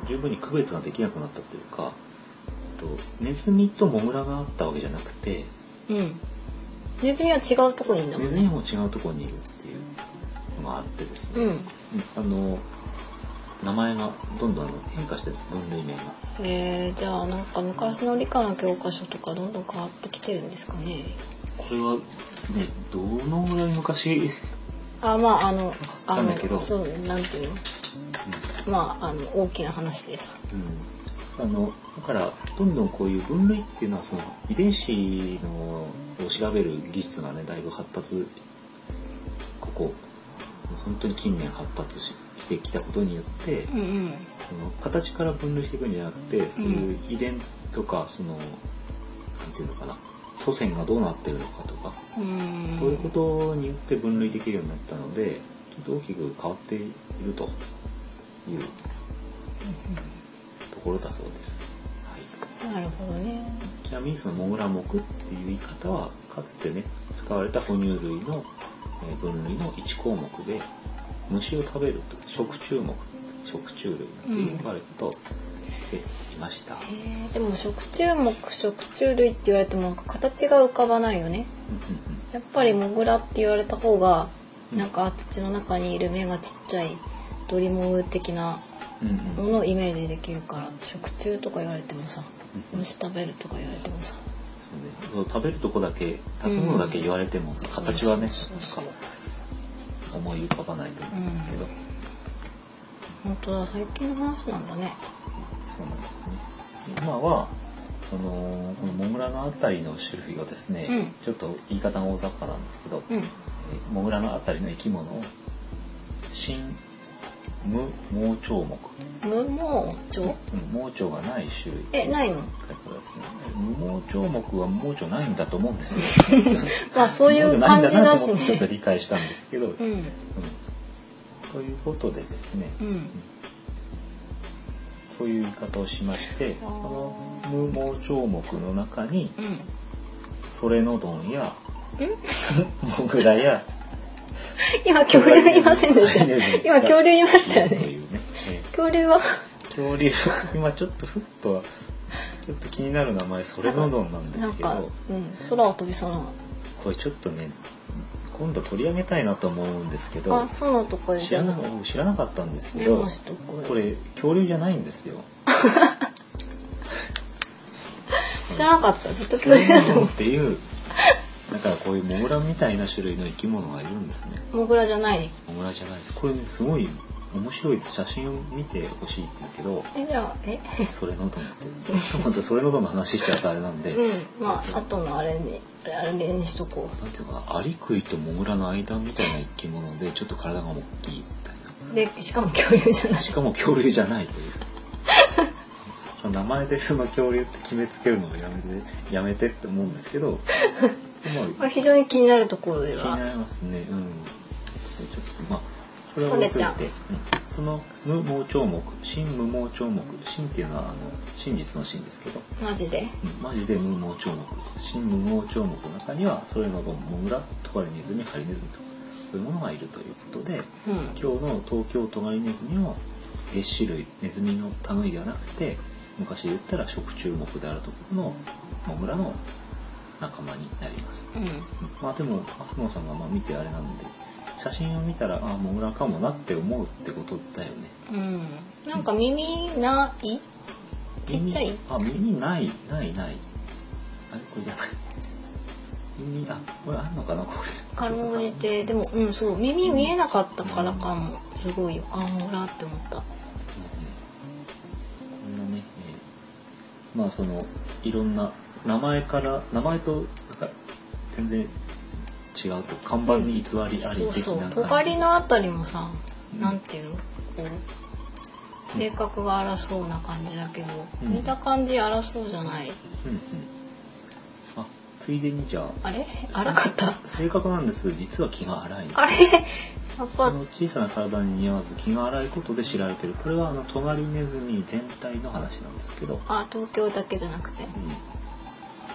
Speaker 1: 十分に区別ができなくなったというかえっとネズミとモグラがあったわけじゃなくて
Speaker 2: うんネズミは違うとこにいるんだも
Speaker 1: ネ
Speaker 2: ん
Speaker 1: ズミ
Speaker 2: ね
Speaker 1: も違うところにいるっていうのがあってです
Speaker 2: う
Speaker 1: ね、
Speaker 2: ん
Speaker 1: あの名前がどんどんあの変化してるんです分類名が。
Speaker 2: えー、じゃあなんか昔の理科の教科書とかどんどん変わってきてるんですかね
Speaker 1: これはねどのぐらい昔
Speaker 2: あまああの
Speaker 1: わ
Speaker 2: あ
Speaker 1: かんないけど
Speaker 2: のそうなんていうのまああの大きな話でさ
Speaker 1: うん、あのだからどんどんこういう分類っていうのはその遺伝子のを調べる技術がねだいぶ発達ここ本当に近年発達ししてきたことによって
Speaker 2: うんうん
Speaker 1: その形から分類していくんじゃなくてそういう遺伝とかそのなんていうのかな祖先がどうなってるのかとか
Speaker 2: う
Speaker 1: そういうこ
Speaker 2: ん
Speaker 1: とによって分類できるようになったのでちょっと大きく変わっているというところだそうです。はい
Speaker 2: なるほどね
Speaker 1: ちなみにそのモグラ目っていう言い方はかつてね使われた哺乳類のえー分類の1項目で虫を食べると食虫目食虫類なんて呼ばれたとしていました、うん
Speaker 2: えーでも食虫目食虫類って言われてもなんか形が浮かばないよねやっぱりモグラって言われた方が
Speaker 1: うん
Speaker 2: なんか土の中にいる目がちっちゃいドリモグ的な
Speaker 1: うんうん
Speaker 2: ものをイメージできるから食虫とか言われてもさ
Speaker 1: うんうん
Speaker 2: 虫食べるとか言われてもさ
Speaker 1: そうねそう食べるとこだけ食べ物だけ言われても形はね、
Speaker 2: そうそうそう
Speaker 1: 思い浮かばないと思うんですけど、
Speaker 2: うん本当だ最近の話なんだね
Speaker 1: そうなんですね今はそのこのモグラのあたりの種類をですね、
Speaker 2: うん
Speaker 1: ちょっと言い方が大雑把なんですけど、
Speaker 2: うん
Speaker 1: えモグラのあたりの生き物を新無盲腸目、
Speaker 2: 無毛
Speaker 1: うん
Speaker 2: 蝶、
Speaker 1: 盲腸がない種類
Speaker 2: えないの
Speaker 1: ということですね無盲腸目は盲腸ないんだと思うんですよ
Speaker 2: まあそうい
Speaker 1: 盲腸
Speaker 2: う
Speaker 1: ないん
Speaker 2: 感じ
Speaker 1: な
Speaker 2: だ
Speaker 1: と
Speaker 2: し
Speaker 1: 思ってちょっと
Speaker 2: ね
Speaker 1: 理解したんですけど、
Speaker 2: う
Speaker 1: うん
Speaker 2: ん
Speaker 1: ということでですね、
Speaker 2: うん
Speaker 1: そういう言い方をしまして、
Speaker 2: あ
Speaker 1: そ
Speaker 2: ー
Speaker 1: の無毛聴目の中に、
Speaker 2: うん
Speaker 1: ソレノドン
Speaker 2: <laughs>
Speaker 1: や、
Speaker 2: ん
Speaker 1: モグラや、
Speaker 2: <laughs> 今恐竜いませんでした
Speaker 1: ネズミ
Speaker 2: <laughs> 今恐竜いましたよ
Speaker 1: と
Speaker 2: ね
Speaker 1: いうね。え
Speaker 2: 恐竜は
Speaker 1: ー恐竜、今ちょっとふっと、ちょっと気になる名前、ソレノドンなんで
Speaker 2: なん
Speaker 1: すけど、
Speaker 2: か、うん、空を飛びそうな
Speaker 1: これちょっとね、今度取り上げたいなと思うんですけど
Speaker 2: あ、、そうのとこで
Speaker 1: 知
Speaker 2: じゃ
Speaker 1: ら
Speaker 2: あ
Speaker 1: な知らなかったんですけ
Speaker 2: メ
Speaker 1: ど
Speaker 2: モ、しとこう
Speaker 1: これ恐竜じゃないんですよ。
Speaker 2: 知らなかったずっと恐竜だと思っ
Speaker 1: ってていうだからこういうモグラみたいな種類の生き物がいるんですね
Speaker 2: モグラじゃない
Speaker 1: モグラじゃないですこれねすごい面白いです写真を見てほしいんだけど
Speaker 2: えじゃあえ
Speaker 1: それのどんってちょっと待ってそれのどんの話しちゃうとあれなんで、
Speaker 2: うんまあ後のあれにあれあれにしとこ
Speaker 1: なんていうのかなアリクイとモグラの間みたいな生き物でちょっと体が大きいみたいう
Speaker 2: でしかも恐竜じゃな
Speaker 1: ないしかも恐竜じゃないという名前でその恐竜って決めつけるのをやめてやめてって思うんですけ
Speaker 2: <laughs>
Speaker 1: ど
Speaker 2: まあ非常に気になるところ
Speaker 1: 気
Speaker 2: で
Speaker 1: に
Speaker 2: は
Speaker 1: なりますね。うん。ちょっとまあそれは
Speaker 2: そ
Speaker 1: 置い
Speaker 2: れ
Speaker 1: と
Speaker 2: ち
Speaker 1: い
Speaker 2: ゃん
Speaker 1: て、うん、その無盲聴目、真無盲聴目、真っていうのはあの真実の真ですけど、
Speaker 2: マジで
Speaker 1: うん、マジで無盲聴目、真無盲聴目の中にはそれなどモグラ、トガリネズミ、ハリネズミとそういうものがいるということで、
Speaker 2: うん
Speaker 1: 今日の東京トガリネズミの月種類ネズミの類ではなくて昔で言ったら食虫目であるところのモグラの仲間になります。
Speaker 2: う
Speaker 1: まあでも、アスノさんがまあ見てあれなんで、写真を見たら、ああ、モグラかもなって思うってことだよね。
Speaker 2: んうんなんか耳ないちっちゃい
Speaker 1: 耳あ、耳ない、ない、ない。あれこれじゃない。耳、あ、これあんのかなここ
Speaker 2: かろうじてでもうんそう耳見えなかったからかもすごいよあモグラって思った
Speaker 1: うんこんなね、えーまあその、いろんな、名前から、名前と、なんか、全然違うと、看板に偽りあり
Speaker 2: そう
Speaker 1: 的
Speaker 2: そう
Speaker 1: な感じ。
Speaker 2: 尖りのあたりもさ、
Speaker 1: うん
Speaker 2: なんていうのこう性格が荒そうな感じだけど、
Speaker 1: うん
Speaker 2: 見た感じ荒そうじゃない
Speaker 1: うんうん。あ、ついでにじゃあ、
Speaker 2: あれ荒
Speaker 1: <laughs>
Speaker 2: かった
Speaker 1: 正確なんです実は気が荒い
Speaker 2: あれやっ
Speaker 1: あ
Speaker 2: ぱ
Speaker 1: の小さな体に似合わず気が荒いことで知られてるこれはあのトガリネズミ全体の話なんですけど、うん、
Speaker 2: あ東京だけじゃなくて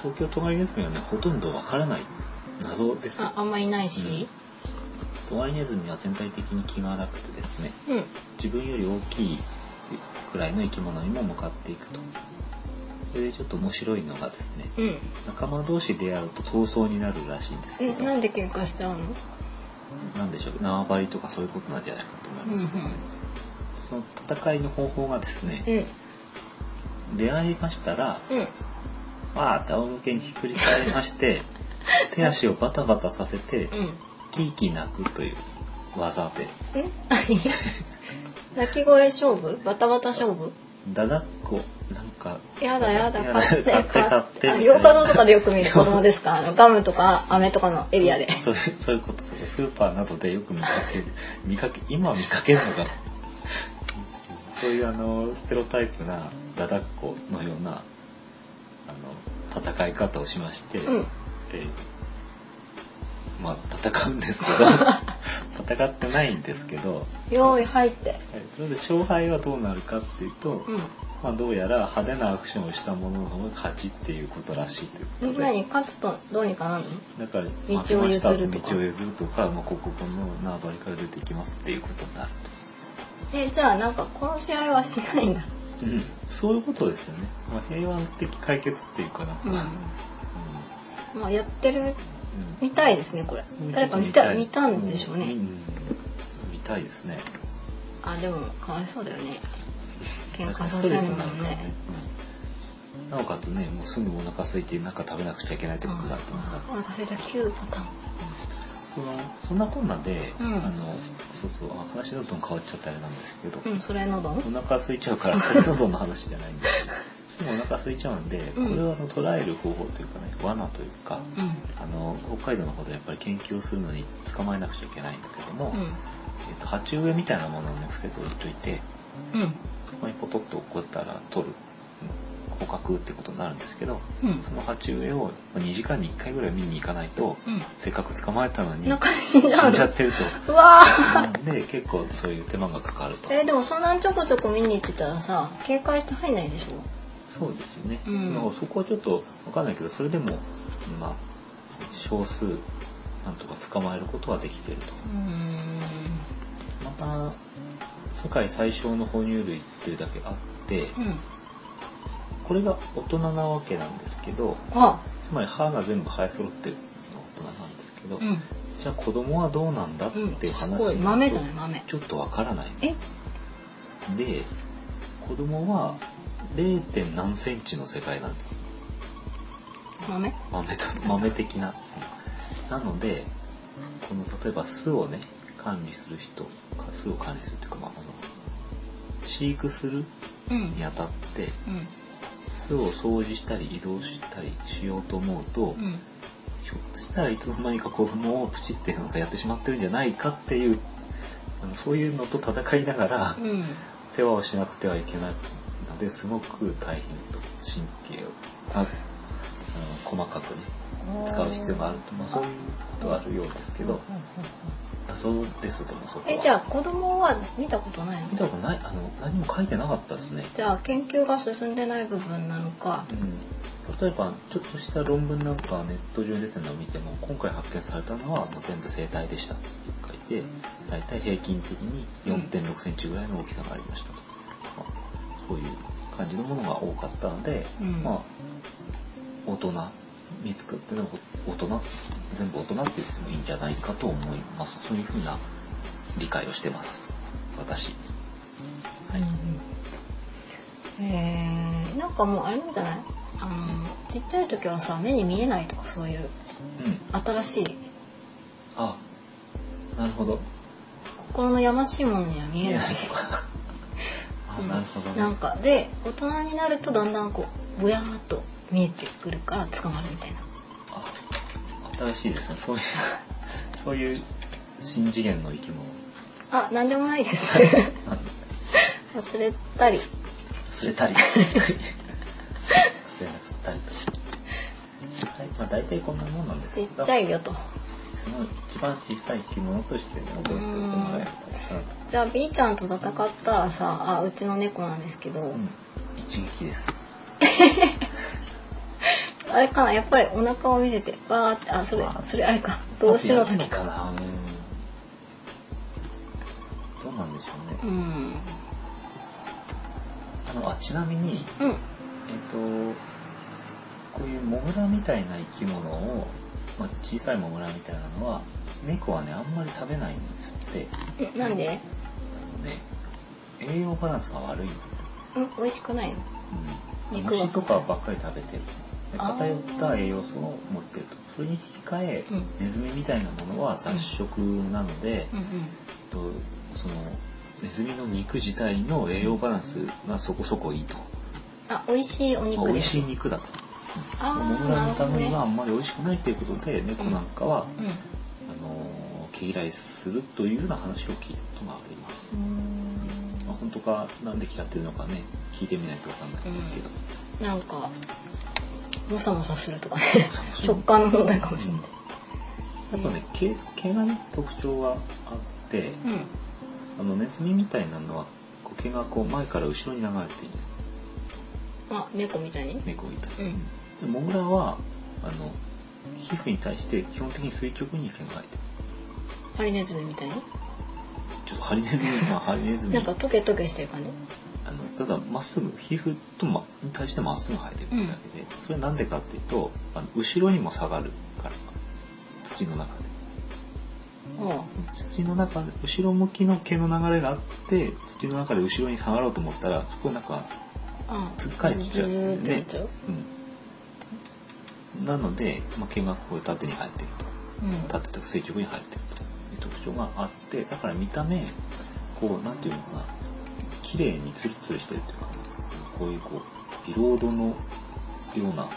Speaker 1: 東京トガリネズミはねほとんどわからない謎です
Speaker 2: ああんまいないし
Speaker 1: トガリネズミは全体的に気が荒くてですね
Speaker 2: うん、
Speaker 1: 自分より大きいくらいの生き物にも向かっていくとそれでちょっと面白いのがですね
Speaker 2: うん
Speaker 1: 仲間同士でやると闘争になるらしいんですけ
Speaker 2: え
Speaker 1: ど
Speaker 2: なんで喧嘩しちゃうの
Speaker 1: なんでしょう縄張りとかそういうことなんじゃないかと思いますけどね、その戦いの方法がですね、
Speaker 2: うん
Speaker 1: 出会いましたら
Speaker 2: うん
Speaker 1: わあ仰向けにひっくり返りまして
Speaker 2: <laughs>
Speaker 1: 手足をバタバタさせて
Speaker 2: うん
Speaker 1: キーキー泣くという技で
Speaker 2: え何 <laughs> 鳴き声勝負バタバタ勝負
Speaker 1: だだっこなんか
Speaker 2: やだやだ
Speaker 1: や
Speaker 2: 買って買って
Speaker 1: 買って
Speaker 2: あ
Speaker 1: 買って
Speaker 2: 洋館のとかでよく <laughs> 見る子供ですかあのガムとか飴とかのエリアで
Speaker 1: そうそうそういうことそうスーパーなどでよく見かける見かけ今見かけるのかなそういうあのステロタイプなだだっこのようなあの戦い方をしまして、
Speaker 2: うん
Speaker 1: えーまあ戦うんですけ
Speaker 2: <laughs>
Speaker 1: ど戦ってないんですけど、
Speaker 2: 用意入って
Speaker 1: はいそれで勝敗はどうなるかっていうと、
Speaker 2: うん
Speaker 1: まあ、どうやら派手なアクションをした者の方が勝ちっていうことらしいということ
Speaker 2: みん
Speaker 1: で。
Speaker 2: なに勝つとどうにかなるの
Speaker 1: だから
Speaker 2: 道を
Speaker 1: 負けました
Speaker 2: 譲るとか
Speaker 1: 道を譲るとか、まあ、こここの縄張りから出てきますっていうことになる
Speaker 2: えじゃあなんかこの試合はしないんだ
Speaker 1: と、うん、そういうことですよね、まあ、平和的解決っていうかなんか、う
Speaker 2: う
Speaker 1: ん
Speaker 2: んまあやってる
Speaker 1: うん
Speaker 2: みたいですねこれ誰か見た見たんでしょうね、
Speaker 1: ん見たいですね
Speaker 2: あでもかわいそうだよね喧嘩
Speaker 1: 確か
Speaker 2: さ
Speaker 1: にスト
Speaker 2: せる
Speaker 1: レ
Speaker 2: の
Speaker 1: スに
Speaker 2: も
Speaker 1: なるからね
Speaker 2: ね、
Speaker 1: うんなおかつねもうすぐお腹空いてなんか食べなくちゃいけないってことになってますから
Speaker 2: お腹すいた9パターン
Speaker 1: そのそんなこんなで、
Speaker 2: うん
Speaker 1: あのそうそうあ話だと変わっちゃったあれなんですけど、
Speaker 2: うんそれのどん
Speaker 1: お腹空いちゃうからそれほどの話じゃないんですけどいつもお腹空いちゃうんでこ
Speaker 2: うん
Speaker 1: れはあの捉える方法というかね罠というか
Speaker 2: うん
Speaker 1: あの北海道の方でやっぱり研究をするのに捕まえなくちゃいけないんだけども、えっと、鉢植えみたいなものをね伏せて置いといて
Speaker 2: うんうん
Speaker 1: そこにポトッと落っこったら取るうん捕獲ってことになるんですけど
Speaker 2: うん
Speaker 1: その鉢植えを2時間に1回ぐらい見に行かないと
Speaker 2: う
Speaker 1: せっかく捕まえたのに死
Speaker 2: んなんんか死んじゃう
Speaker 1: じゃ
Speaker 2: の
Speaker 1: ってると。
Speaker 2: うわ
Speaker 1: な
Speaker 2: ー
Speaker 1: んで結構そういう手間がかかると。
Speaker 2: えでもそんなんちょこちょこ見に行ってたらさ警戒して入んないでしょ
Speaker 1: そうですね、
Speaker 2: うん
Speaker 1: まあそこはちょっと分かんないけどそれでもまあ少数なんとか捕まえることはできてると
Speaker 2: うーん
Speaker 1: また世界最小の哺乳類っていうだけあって
Speaker 2: うん
Speaker 1: これが大人なわけなんですけど
Speaker 2: あ
Speaker 1: つまり歯が全部生え揃ってるのが大人なんですけど、
Speaker 2: うん
Speaker 1: じゃあ子供はどうなんだって
Speaker 2: うん
Speaker 1: いう
Speaker 2: す
Speaker 1: 話
Speaker 2: ごい
Speaker 1: にな
Speaker 2: 豆
Speaker 1: る
Speaker 2: じ
Speaker 1: と
Speaker 2: ゃない豆
Speaker 1: ちょっとわからない
Speaker 2: え
Speaker 1: で子供は 0. 点何センチの世界なんです
Speaker 2: 豆
Speaker 1: 豆
Speaker 2: <laughs>
Speaker 1: と豆的ななのでこの例えば巣をね管理する人か巣を管理するというか、まあ、あの飼育する
Speaker 2: うん
Speaker 1: にあたって
Speaker 2: うん
Speaker 1: 巣を掃除したり移動したりしようと思うと、
Speaker 2: うん
Speaker 1: ひょっとしたらいつの間にか子供をプチってなんかやってしまってるんじゃないかっていうあのそういうのと戦いながら
Speaker 2: うん
Speaker 1: 世話をしなくてはいけないのですごく大変と神経をああの細かくね使う必要があると、まあ、そういうことはあるようですけど
Speaker 2: うんうん
Speaker 1: 謎ですともそこは
Speaker 2: えじゃあ子供は見たことないの
Speaker 1: 見たことないあの何も書いてなかったですね、
Speaker 2: じゃあ研究が進んでない部分なのか
Speaker 1: うん、例えばちょっとした論文なんかネット上に出てるのを見ても今回発見されたのはもう全部生体でしたって書いて大体平均的に4 6センチぐらいの大きさがありましたと、まあそういう感じのものが多かったので、
Speaker 2: うん
Speaker 1: まあ大人見つかっての大人全部大人って言ってもいいんじゃないかと思いますそういうふうな理解をしてます私はい、
Speaker 2: うんえーなんかもうあれなんじゃないあのちっちゃい時はさ目に見えないとかそういう
Speaker 1: うん、
Speaker 2: 新しい
Speaker 1: あなるほど
Speaker 2: 心のやましいものには見えない
Speaker 1: とか。あ、なるほどね。
Speaker 2: なんかで大人になるとだんだんこうぼやーっと見えてくるから捕まるみたいな
Speaker 1: あ、新しいですね。そういうそういう新次元の生き物。
Speaker 2: あなんでもないです
Speaker 1: <laughs> なんだ
Speaker 2: 忘れたり
Speaker 1: 忘れたり忘れなかったりと。はい、まあ大体こんなもんなんです
Speaker 2: ち
Speaker 1: け
Speaker 2: っ
Speaker 1: ど。
Speaker 2: ちゃいよと
Speaker 1: その一番小さい生き物としてね覚えておいてもらえればいいかなと。
Speaker 2: じゃあ B ちゃんと戦ったらさあうちの猫なんですけど、
Speaker 1: うん、一撃です。
Speaker 2: あれかなやっぱりお腹を見せてわーってあそれ
Speaker 1: あー
Speaker 2: それあれか動詞の
Speaker 1: あとやる
Speaker 2: 時
Speaker 1: のか
Speaker 2: か
Speaker 1: な。うんどうなんでしょうね。
Speaker 2: うん
Speaker 1: あのあちなみに。
Speaker 2: うん
Speaker 1: えっ、とこういうモグラみたいな生き物を、まあ、小さいモグラみたいなのは猫はねあんまり食べないんですって
Speaker 2: えなんで
Speaker 1: ね栄養バランスが悪いんだって
Speaker 2: うん美味しくないの
Speaker 1: うん、
Speaker 2: 肉は
Speaker 1: 虫とかばっかり食べてるで
Speaker 2: あー
Speaker 1: 偏った栄養素を持ってるとそれに引き換え、
Speaker 2: う
Speaker 1: ネズミみたいなものは雑食なので、
Speaker 2: うん
Speaker 1: えっとそのネズミの肉自体の栄養バランスがそこそこいいと、
Speaker 2: あ美味しいお
Speaker 1: まあ
Speaker 2: 肉
Speaker 1: 美
Speaker 2: で
Speaker 1: 味
Speaker 2: す
Speaker 1: しい肉だと
Speaker 2: あ
Speaker 1: モ
Speaker 2: ー
Speaker 1: グラ
Speaker 2: なる
Speaker 1: の
Speaker 2: ほど
Speaker 1: ため
Speaker 2: ね
Speaker 1: にはあんまり美味しくないということで、猫なんかは、
Speaker 2: うん
Speaker 1: あの毛嫌いするというような話を聞いたことがあります、まあ、本当かなんで嫌ってるのかね聞いてみないとわかんないんですけど、
Speaker 2: なんかもさもさするとかね
Speaker 1: さもさ
Speaker 2: 食感の問題かもしれない、
Speaker 1: あとね毛毛がね特徴があって、
Speaker 2: うん
Speaker 1: あのネズミみたいなのはこう毛がこう前から後ろに流れている
Speaker 2: あ猫みたいに
Speaker 1: 猫みたいな、
Speaker 2: うん
Speaker 1: でモグラはあの皮膚に対して基本的に垂直に毛が生えてる
Speaker 2: ハリネズミみたいに
Speaker 1: ちょっとハリネズミまあハリネズミ
Speaker 2: なんかトゲトゲしてる感じ
Speaker 1: あのただまっすぐ皮膚と、ま、に対してまっすぐ生えてるってだけで、それはなんでかっていうとあの後ろにも下がるから土の中で
Speaker 2: あ
Speaker 1: 土の中で後ろ向きの毛の流れがあって土の中で後ろに下がろうと思ったらそこなんか
Speaker 2: あああ
Speaker 1: つっかえてきちゃう
Speaker 2: ズーってなっちゃう、
Speaker 1: うん、なので、まあ、毛がこう縦に生えてる
Speaker 2: うん、
Speaker 1: と立ってて垂直に生えてるという特徴があってだから見た目こうなんていうのかな綺麗にツルツルしてるというかこういうこうビロードのようなこ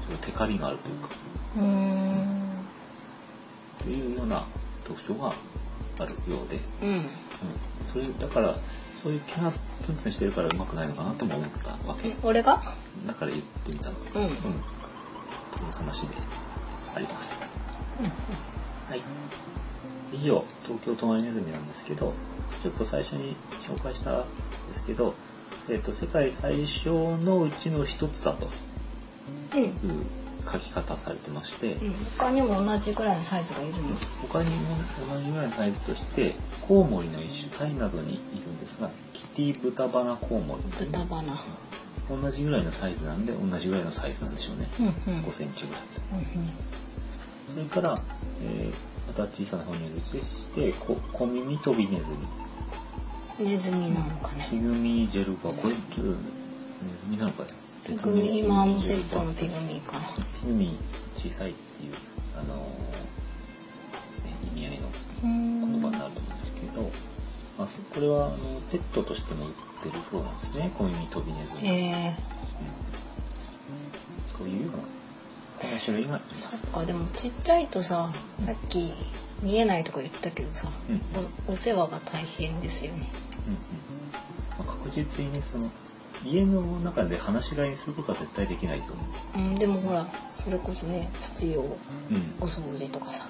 Speaker 1: うそういうテカリがあるというか
Speaker 2: うーん
Speaker 1: というような特徴があるようで。
Speaker 2: うん
Speaker 1: うんそれだからそういう毛がツンツンしてるからうまくないのかなとも思ったわけ
Speaker 2: え俺が
Speaker 1: だから言ってみたの
Speaker 2: うん
Speaker 1: という話でありますはい以上東京隣ネズミなんですけどちょっと最初に紹介したんですけど、えっと世界最小のうちの一つだと
Speaker 2: うんうん、
Speaker 1: いう書き方されてまして、
Speaker 2: うん、他にも同じぐらいのサイズがいるの
Speaker 1: 他にも同じぐらいのサイズとしてコウモリの一種タイなどにいるんですがキティブタバナコウモリという
Speaker 2: 豚バナ
Speaker 1: 同じぐらいのサイズなんで同じぐらいのサイズなんでしょうね、
Speaker 2: うんうん
Speaker 1: 5センチぐらいと
Speaker 2: う
Speaker 1: それから、えーまた小さな哺乳類としてこ小耳飛びネズミ
Speaker 2: んうんネズミなのか
Speaker 1: ピ
Speaker 2: ね
Speaker 1: グミージェルバこれちょっとネズミなのかね
Speaker 2: ピグミ
Speaker 1: 別名
Speaker 2: 今アモ
Speaker 1: ジ
Speaker 2: セ
Speaker 1: ェ
Speaker 2: ッ
Speaker 1: ル
Speaker 2: ト
Speaker 1: バ
Speaker 2: のピグミかな
Speaker 1: ピグミ小さいっていうあのーね意味合いの
Speaker 2: うーん
Speaker 1: 言葉になるんですけど、まあ、そこれはあのペットとしても売ってるそうなんですね小耳飛びネズミ、
Speaker 2: えー、
Speaker 1: うんというようなこんな種類がいます
Speaker 2: そっかでもちっちゃいとささっき見えないとか言ったけどさ、
Speaker 1: うん
Speaker 2: おお世話が大変ですよね
Speaker 1: うんうんまあ、確実にねその家の中で放し飼いにすることは絶対できないと思う、
Speaker 2: うんでもほらそれこそね土を
Speaker 1: うん
Speaker 2: お掃除とかさ
Speaker 1: そうそうそう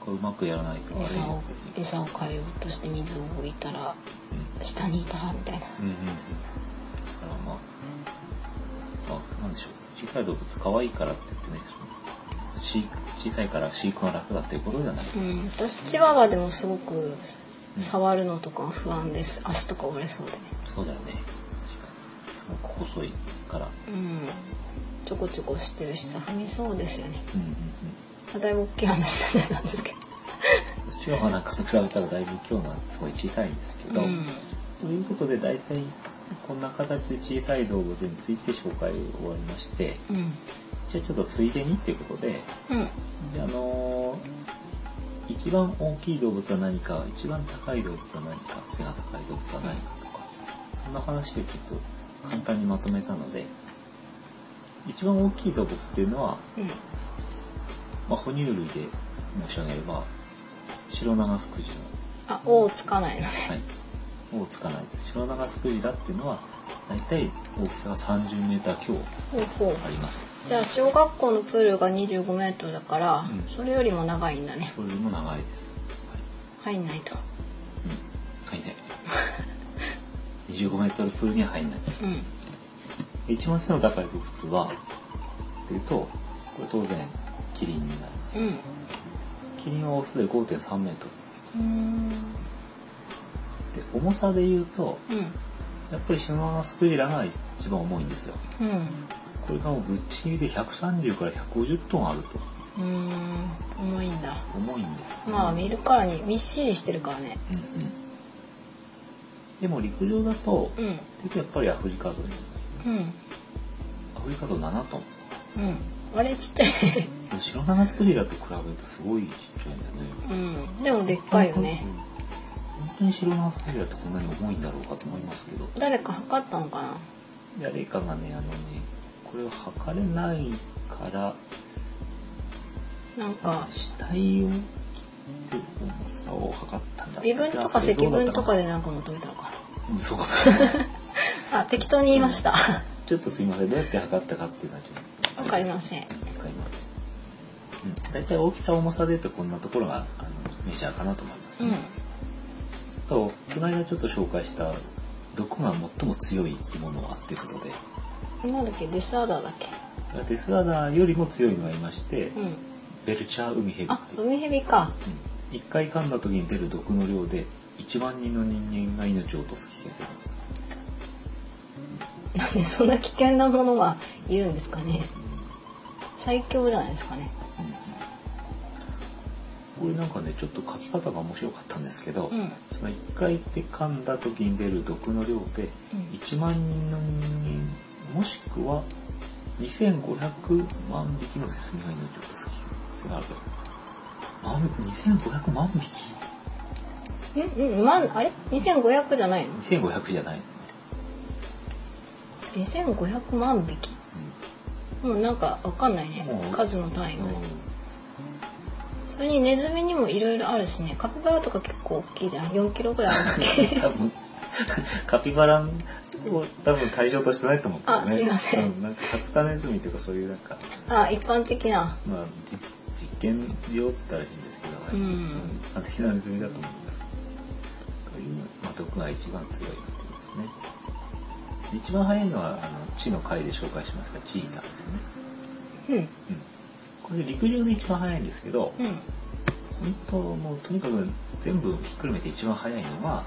Speaker 1: これうまくやらないと悪いよ
Speaker 2: 餌を
Speaker 1: っていう
Speaker 2: 餌を変えようとして水を置いたら下にいたみたいな
Speaker 1: うんうんうんうんだからまあ、まあ、なんでしょう小さい動物可愛いからって言ってね飼育小さいから飼育が楽だっていうことじゃない、
Speaker 2: うん私チワワでもすごく触るのとか不安です足とか折れそうで
Speaker 1: そうだよね確かにすごく細いから
Speaker 2: うんちょこちょこしてるしさ踏みそうですよね
Speaker 1: うんうんうん
Speaker 2: あだいぶ大きい話になっちゃったんですけ
Speaker 1: チワワなんかと比べたらだいぶ今日のはすごい小さいんですけ
Speaker 2: ど
Speaker 1: ど、ということで大体こんな形で小さい動物について紹介を終わりまして
Speaker 2: うん
Speaker 1: じゃあちょっとついでにっていうことで
Speaker 2: うん、うん
Speaker 1: じゃああのー一番大きい動物は何か一番高い動物は何か背が高い動物は何かとかそんな話をちょっと簡単にまとめたので一番大きい動物っていうのは、
Speaker 2: うん
Speaker 1: まあ、哺乳類で申し上げればシロナガスクジラ
Speaker 2: あ、おつかないのね。
Speaker 1: はい、をつかないです。白長スクジラっていうのは、大体大きさが30メーター強
Speaker 2: ほうほう
Speaker 1: あります。
Speaker 2: じゃあ小学校のプールが25メートルだから、
Speaker 1: うん
Speaker 2: それよりも長いんだね。
Speaker 1: これよりも長いです。はい、
Speaker 2: 入んないと。
Speaker 1: うん、入んない。25メートルプールには入んない。
Speaker 2: うん。
Speaker 1: 一番背の高い動物は、っていうと、これ当然、キリンになります。
Speaker 2: うん。う
Speaker 1: キリンはオスで5.3メート
Speaker 2: ーん。
Speaker 1: ル。で、重さで言うと、やっぱりシロナガスクジラが一番重いんですよ。
Speaker 2: うん。うん。
Speaker 1: これがもうぶっちぎりで130から150トンあると。
Speaker 2: うーん。重いんだ。
Speaker 1: 重いんです。
Speaker 2: まあ見るからにみっしりしてるからね。
Speaker 1: うんうんでも陸上だと、
Speaker 2: うん。
Speaker 1: 結局やっぱりアフリカゾウになりますね。
Speaker 2: うん。
Speaker 1: アフリカゾウ7トン。
Speaker 2: うん。あれちっちゃいね。
Speaker 1: でも白長スクジラと比べるとすごいちっちゃいんだよね。
Speaker 2: <laughs> うん。でもでっかいよね
Speaker 1: う。ん。本当に白長スクジラってこんなに重いんだろうかと思いますけど。
Speaker 2: 誰か測ったのかな。
Speaker 1: 誰かがね、あのね、これを測れないから、
Speaker 2: なんか
Speaker 1: 死体を切って重さを測ったんだ。
Speaker 2: 微分とか積分とかでなんか求めたのか
Speaker 1: うん。そうか。
Speaker 2: な。あ、適当に言いました。
Speaker 1: ちょっとすいませんどうやって測ったかっていうのはちょっと
Speaker 2: わかりません
Speaker 1: わかりませんうん大体大きさ重さで言うとこんなところがあのメジャーかなと思います
Speaker 2: う
Speaker 1: ね、
Speaker 2: ん
Speaker 1: とこの間ちょっと紹介した毒が最も強い生き物はっていうことで
Speaker 2: なんだっけデスアダーだっけ
Speaker 1: デスアダーよりも強いのがいまして、
Speaker 2: うん
Speaker 1: ベルチャーウミヘビっ
Speaker 2: あ
Speaker 1: ていう、うん、
Speaker 2: 海ヘビか
Speaker 1: 1回噛んだ時に出る毒の量で1万人の人間が命を落とす危険性がある
Speaker 2: なんでそんな危険なものがいるんですかね最強じゃないですかね
Speaker 1: うんうんこれなんかねちょっと書き方が面白かったんですけど、
Speaker 2: うん
Speaker 1: その1回って噛んだ時に出る毒の量で
Speaker 2: うん
Speaker 1: 1万人の人間もしくは2500万匹のネズミが命を落とす危険性があると万2500万匹
Speaker 2: うんうんまあれ2500じゃないの
Speaker 1: 2500じゃない、
Speaker 2: 2500万匹もうなんかわかんないね
Speaker 1: うん
Speaker 2: 数の単位
Speaker 1: う
Speaker 2: が
Speaker 1: んうん
Speaker 2: それにネズミにもいろいろあるしねカピバラとか結構大きいじゃん4キロぐらいあるんだっけ
Speaker 1: 多分カピバラを多分対象としてないと思うけどね
Speaker 2: あすいません
Speaker 1: うん、なんかカツカネズミとかそういうなんか
Speaker 2: <laughs> あ一般的な
Speaker 1: まあ、じ実験用って言ったらいいんですけど、ね
Speaker 2: うん
Speaker 1: まあ適なネズミだと思います。という、まあ、毒が一番強いってことですね。一番早いのは、あの、地の回で紹介しましたチーターですよね。
Speaker 2: うん
Speaker 1: うん。これ陸上で一番早いんですけど、
Speaker 2: うん
Speaker 1: 本当もうとにかく全部ひっくるめて一番早いのが、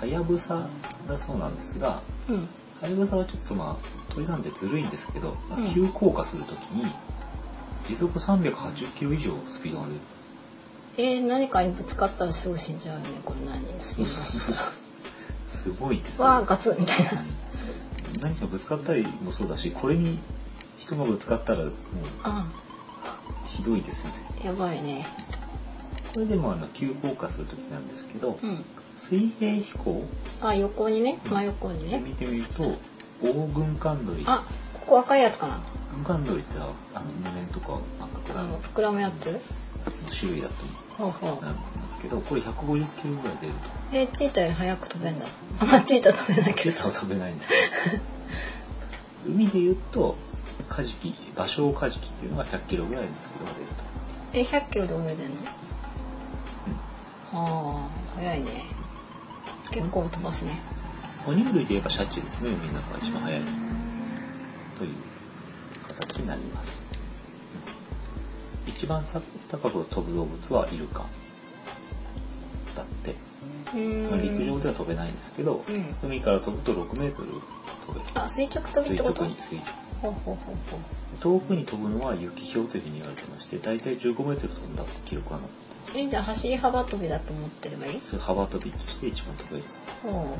Speaker 1: ハヤブサだそうなんですが、
Speaker 2: うんうん
Speaker 1: ハヤブサはちょっとまあ、鳥なんでずるいんですけど、まあ
Speaker 2: うん
Speaker 1: 急降下するときに、時速380キロ以上スピードが出る。
Speaker 2: えー、何かにぶつかったらすぐ死んじゃうよねこんなにスピードしたら
Speaker 1: すごいですね。
Speaker 2: わーガツンみたいな
Speaker 1: うん何かぶつかったりもそうだし、これに人がぶつかったらもう
Speaker 2: <laughs> あ
Speaker 1: ひどいですよね。
Speaker 2: やばいね
Speaker 1: それでもあの急降下するときなんですけど
Speaker 2: う、ん
Speaker 1: 水平飛行
Speaker 2: あ横にね真横に
Speaker 1: で
Speaker 2: ね
Speaker 1: 見てみると、大軍艦鳥。
Speaker 2: あここ赤いやつかな
Speaker 1: 軍艦鳥ってのはあの無面とか赤く
Speaker 2: あ
Speaker 1: なる
Speaker 2: の膨らむやつ
Speaker 1: 種類だと思う。
Speaker 2: ほうほ
Speaker 1: なるんですけど、これ150キロぐらい出ると。
Speaker 2: うえー、チーターより早く飛べんだあまあチーター飛べないけ
Speaker 1: ケー
Speaker 2: ど
Speaker 1: タは飛べないんですよ <laughs> 海で言うとカジキバショウカジキっていうのが100キロぐらいのスピードが出ると、
Speaker 2: えー、100キロで泳いでんのああ早いね結構飛ばすね
Speaker 1: うん、哺乳類で言えばシャチですね海の中が一番速いという形になります、うん一番さ高く飛ぶ動物はイルカだって、
Speaker 2: うーん
Speaker 1: まあ陸上では飛べないんですけど、
Speaker 2: うん
Speaker 1: 海から飛ぶと6メートル飛べる
Speaker 2: あ垂直飛びって
Speaker 1: 垂
Speaker 2: こと
Speaker 1: 直に垂直
Speaker 2: ほうほうほうほう
Speaker 1: 遠くに飛ぶのは雪氷というふうに言われてまして大体1 5メートル飛んだって記録は残って
Speaker 2: えじゃあ走り幅跳びだと思ってればいい
Speaker 1: そういう幅跳びとして一番飛べる
Speaker 2: ほ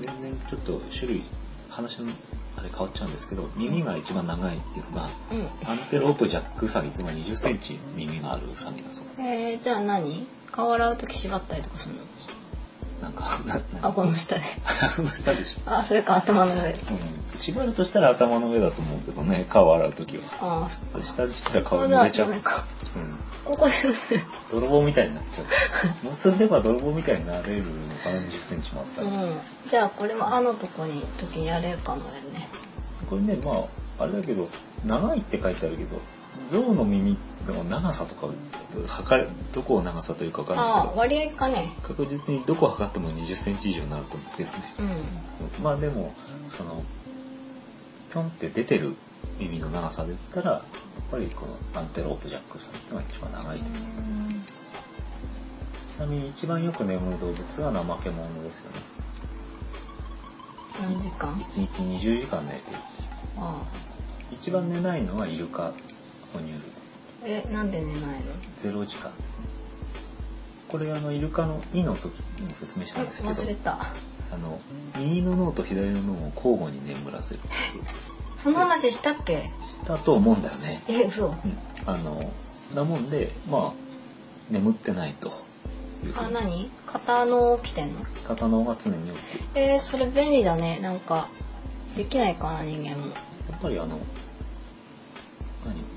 Speaker 1: 全然ちょっと種類話のあれ変わっちゃうんですけど耳が一番長いっていうのが
Speaker 2: ううん
Speaker 1: アンテロープジャックウサギっていうのは2 0ンチ耳があるウサギだそうで
Speaker 2: えー、じゃあ何顔洗う時縛ったりとかするの
Speaker 1: なんかなな
Speaker 2: 顎の下で
Speaker 1: 顎の下でしょ
Speaker 2: あそれか頭の上
Speaker 1: うん、縛るとしたら頭の上だと思うけどね顔洗う時は
Speaker 2: ああそっか
Speaker 1: 下にしたら顔
Speaker 2: 顔
Speaker 1: 濡
Speaker 2: では
Speaker 1: れちゃ
Speaker 2: ダ
Speaker 1: う、う
Speaker 2: メ
Speaker 1: ん、
Speaker 2: かここで結べる
Speaker 1: 泥棒みたいになっちゃ
Speaker 2: <laughs>
Speaker 1: うもうすれば泥棒みたいになれるのかな2 0ンチもあった
Speaker 2: う
Speaker 1: ら。
Speaker 2: んじゃあこれもあのとこに時にやれるかもだよね
Speaker 1: これねまああれだけど長いって書いてあるけど象の耳の長さとか測れどこを長さというか分かん
Speaker 2: ああ
Speaker 1: ない
Speaker 2: 割合かね
Speaker 1: けど確実にどこ測っても2 0ンチ以上になると思うんですね
Speaker 2: うん
Speaker 1: まあでもそのピョンって出てる耳の長さで言ったらやっぱりこのアンテロープジャックさんってのが一番長いとちなみに一番よく眠い動物は怠け者ですよね
Speaker 2: 何時間
Speaker 1: 1日20時間寝てる
Speaker 2: あ
Speaker 1: 一番寝ないのはイルカ哺乳類
Speaker 2: あえなんで寝ないの
Speaker 1: ゼロ時間ですね。これあのイルカの「イ」の時にも説明したんですけ
Speaker 2: 忘れ
Speaker 1: ど、
Speaker 2: た
Speaker 1: あの右の脳と左の脳を交互に眠らせるっていう
Speaker 2: その話したっけ
Speaker 1: したと思うんだよね。
Speaker 2: え嘘
Speaker 1: うんあのなもんでまあ眠ってないというふ
Speaker 2: あ
Speaker 1: うに
Speaker 2: 何片の起きてんの
Speaker 1: 片脳が常に起きてる。
Speaker 2: えー、それ便利だねなんかできないかな人間も
Speaker 1: やっぱりあの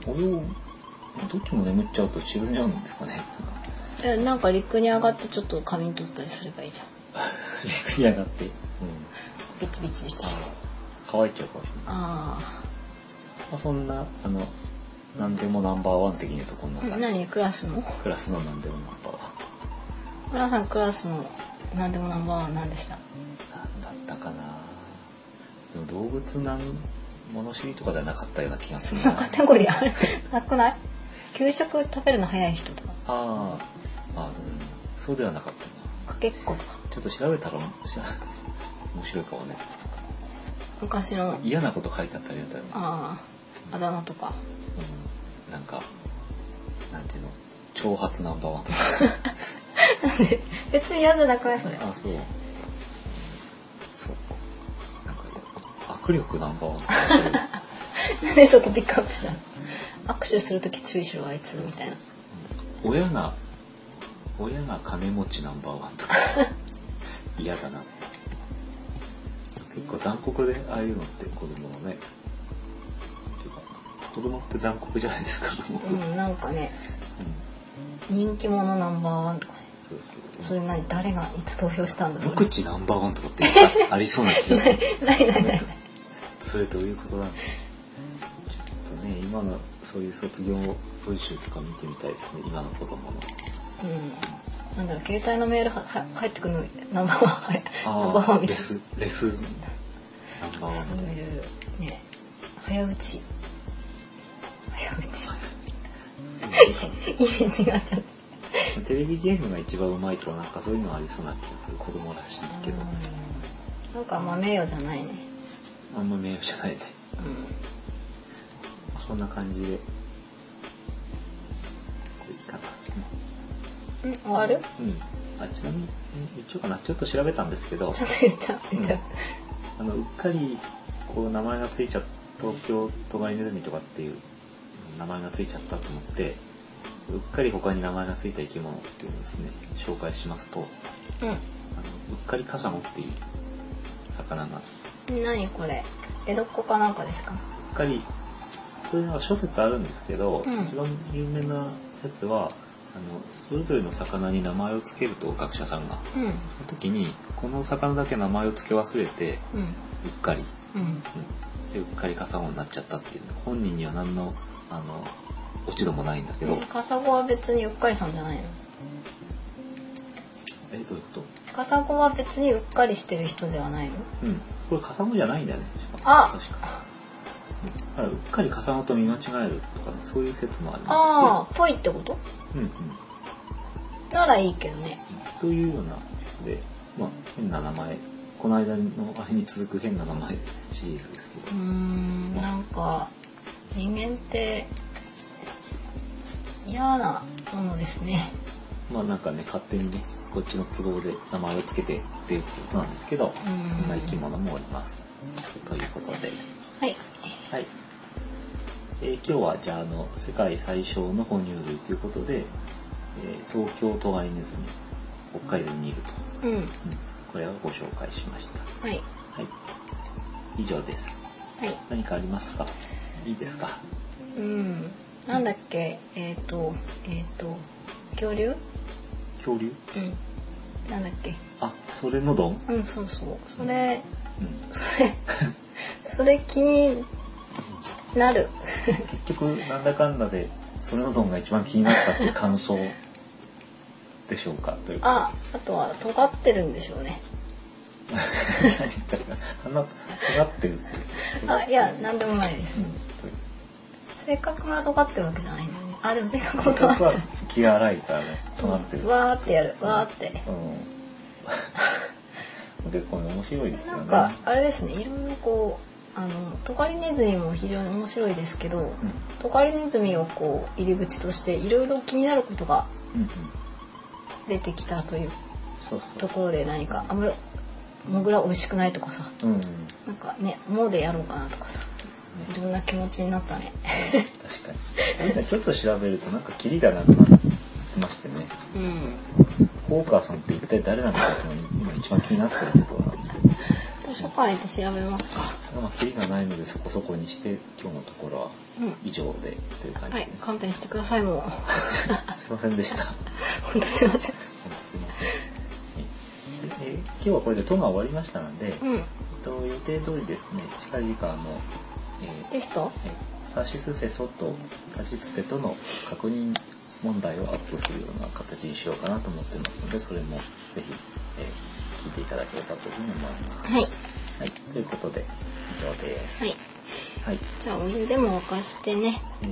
Speaker 1: 何模様どっちも眠っちゃうと沈んじゃうんですかね。
Speaker 2: えなんか陸に上がってちょっと
Speaker 1: <laughs>
Speaker 2: 仮眠取ったりすればいいじゃん
Speaker 1: 陸に上がって。うん
Speaker 2: ビチビチビチ
Speaker 1: 乾いちゃうから、
Speaker 2: あ
Speaker 1: まあ、そんなあの何でもナンバーワン的に言うとこんな
Speaker 2: あ
Speaker 1: 感じ
Speaker 2: 何クラスの
Speaker 1: クラスの何でもナンバーワン
Speaker 2: 村さんクラスの何でもナンバーワン何でした
Speaker 1: なんだったかなでも動物なん物知りとかではなかったような気がするな
Speaker 2: そのカテゴリーあるなくない給食食べるの早い人とか
Speaker 1: あーあ、うん、そうではなかったな
Speaker 2: かけっことか
Speaker 1: ちょっと調べたらし面白いかもね
Speaker 2: 昔の
Speaker 1: 嫌なこと書いてあったりだったよね、
Speaker 2: あああだ名とか
Speaker 1: うん、なんかなんていうの挑発ナンバーワン <laughs> とか
Speaker 2: <laughs> 別に嫌じゃなくないそれ
Speaker 1: あそうそうなんか握力ナンバーワンとかそういう
Speaker 2: なんでそこピックアップしたの握手するとき注意しろあいつみたいな <laughs>
Speaker 1: うん親が親が金持ちナンバーワンとか嫌だな結構残酷でああいうのって子供のねていうか子供って残酷じゃないですかもう、
Speaker 2: う
Speaker 1: うん
Speaker 2: んなんかね人気者ナンバーワンとかね
Speaker 1: そうです
Speaker 2: それ何誰がいつ投票したんだろう
Speaker 1: 無口ナンバーワンとかってありそうな気がする
Speaker 2: <laughs> ないないない
Speaker 1: それどういうことなのちょっとね今のそういう卒業文集とか見てみたいですね今の子供の
Speaker 2: うんなんだろう携帯のメールはは返ってくるのナンバーワンはいナンバ
Speaker 1: あ
Speaker 2: ーワ
Speaker 1: あ
Speaker 2: ンみ
Speaker 1: レ
Speaker 2: たいなそ
Speaker 1: スレスナンバーワンみたいな
Speaker 2: ういうね早打ち早打ちイメージがあっちゃう
Speaker 1: テレビゲームが一番うまいとかなんかそういうのありそうな気がする子供らしいけど
Speaker 2: うんなんかあんま名誉じゃないね
Speaker 1: あんま名誉じゃないね
Speaker 2: う
Speaker 1: そんな感じでこれいいかなん
Speaker 2: ん終わる
Speaker 1: うんあちなみにうん一応かなちょっと調べたんですけど
Speaker 2: ちょっと言っちゃう言っちゃう
Speaker 1: あのうっかりこう名前がついちゃった東京トガリネズミとかっていう名前がついちゃったと思ってうっかり他に名前がついた生き物っていうのをですね紹介しますとあのうっかりカサゴっていう魚が
Speaker 2: うん何これ江戸っ子かなんかですか
Speaker 1: うっかりこれなんか諸説あるんですけど、
Speaker 2: うん
Speaker 1: 一番有名な説はあのそれぞれの魚に名前を付けると学者さんが
Speaker 2: うんうん
Speaker 1: その時にこの魚だけ名前を付け忘れてうっかり、
Speaker 2: うん
Speaker 1: うん、でうっかりカサゴになっちゃったっていう本人には何のあの落ち度もないんだけど、
Speaker 2: カサゴは別にうっかりさんじゃないの
Speaker 1: えどういうこと
Speaker 2: カサゴは別にうっかりしてる人ではないの
Speaker 1: うんこれカサゴじゃないんだよね
Speaker 2: あ
Speaker 1: 確かうんだからうっかりカサゴと見間違えるとか、ね、そういう説もありま
Speaker 2: ああぽいってこと
Speaker 1: すし、うんうん、
Speaker 2: ならいいけどね
Speaker 1: というようなで、まあ、変な名前この間のあれに続く変な名前シリーズですけど
Speaker 2: うーんなんか人間って嫌なものですね
Speaker 1: まあなんかね勝手にねこっちの都合で名前をつけてっていうことなんですけど
Speaker 2: うん
Speaker 1: そんな生き物もおりますということで
Speaker 2: はい
Speaker 1: はい、えー今日はじゃああの世界最小の哺乳類ということで、えー東京都外ネズミ北海道にいると、
Speaker 2: うん
Speaker 1: うんこれをご紹介しました
Speaker 2: はい
Speaker 1: はい以上です
Speaker 2: はい
Speaker 1: 何かありますかいいですか
Speaker 2: うんなんだっけえっ、とえっ、と恐竜
Speaker 1: 恐竜
Speaker 2: うんなんだっけ
Speaker 1: あそれのドン
Speaker 2: うんそうそうそれ
Speaker 1: うん
Speaker 2: そ <laughs> れそれ気になる <laughs>
Speaker 1: 結局なんだかんだでそれのドンが一番気になったっていう感想でしょうかということで
Speaker 2: ああとは尖ってるんでしょうね
Speaker 1: <laughs> 何言ったか鼻尖ってる
Speaker 2: あいやなんでもないで
Speaker 1: う
Speaker 2: す
Speaker 1: んという
Speaker 2: 性格が尖ってるわけじゃないんだよねあでも性格も
Speaker 1: 僕
Speaker 2: 尖って
Speaker 1: は
Speaker 2: る
Speaker 1: 気が荒いからね尖ってる
Speaker 2: うんわーってやるわーって
Speaker 1: うん結構ね面白いですよ
Speaker 2: なん
Speaker 1: ね
Speaker 2: かあれですねいろいろこうあのトカリネズミも非常に面白いですけど、
Speaker 1: うん
Speaker 2: トカリネズミをこう入り口としていろいろ気になることが
Speaker 1: うんうん
Speaker 2: 出てきたという
Speaker 1: そうそ
Speaker 2: と
Speaker 1: う
Speaker 2: ころで何かあんまりモグラ美味しくないとかさ
Speaker 1: うんうん
Speaker 2: なんかねもうでやろうかなとかさい
Speaker 1: ね
Speaker 2: ろんな気持ちになったね
Speaker 1: 確かになんかちょっと調べるとなんかキリがなくなってましてね
Speaker 2: うん
Speaker 1: ポーカーさんって一体誰なんだろうっていうのが今一番気になってるところなんですけど
Speaker 2: 図書館行って調べますか
Speaker 1: まあキリがないのでそこそこにして今日のところは
Speaker 2: う
Speaker 1: 以上でという感
Speaker 2: ん
Speaker 1: じ
Speaker 2: は
Speaker 1: で
Speaker 2: い
Speaker 1: す、
Speaker 2: 勘弁してください <laughs> もう
Speaker 1: すいませんでした本
Speaker 2: 本当すいません
Speaker 1: 当すいませんええ今日はこれでトンが終わりましたので
Speaker 2: うん
Speaker 1: えと予定通りですね近い時間の、え
Speaker 2: テ
Speaker 1: ー
Speaker 2: スト
Speaker 1: えーサシスセソとタシスセとの確認問題をアップするような形にしようかなと思ってますのでそれもぜひ、えー聞いていただければというふうに思います。
Speaker 2: はい
Speaker 1: はい、ということで以上です。
Speaker 2: はい
Speaker 1: はい、
Speaker 2: じゃあお湯でも沸かしてね
Speaker 1: えー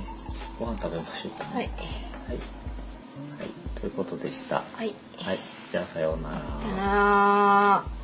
Speaker 1: ご飯食べましょうかね。は
Speaker 2: はい
Speaker 1: い、はい、ということでした。
Speaker 2: はい
Speaker 1: はい、じゃあさようなら。
Speaker 2: さよなら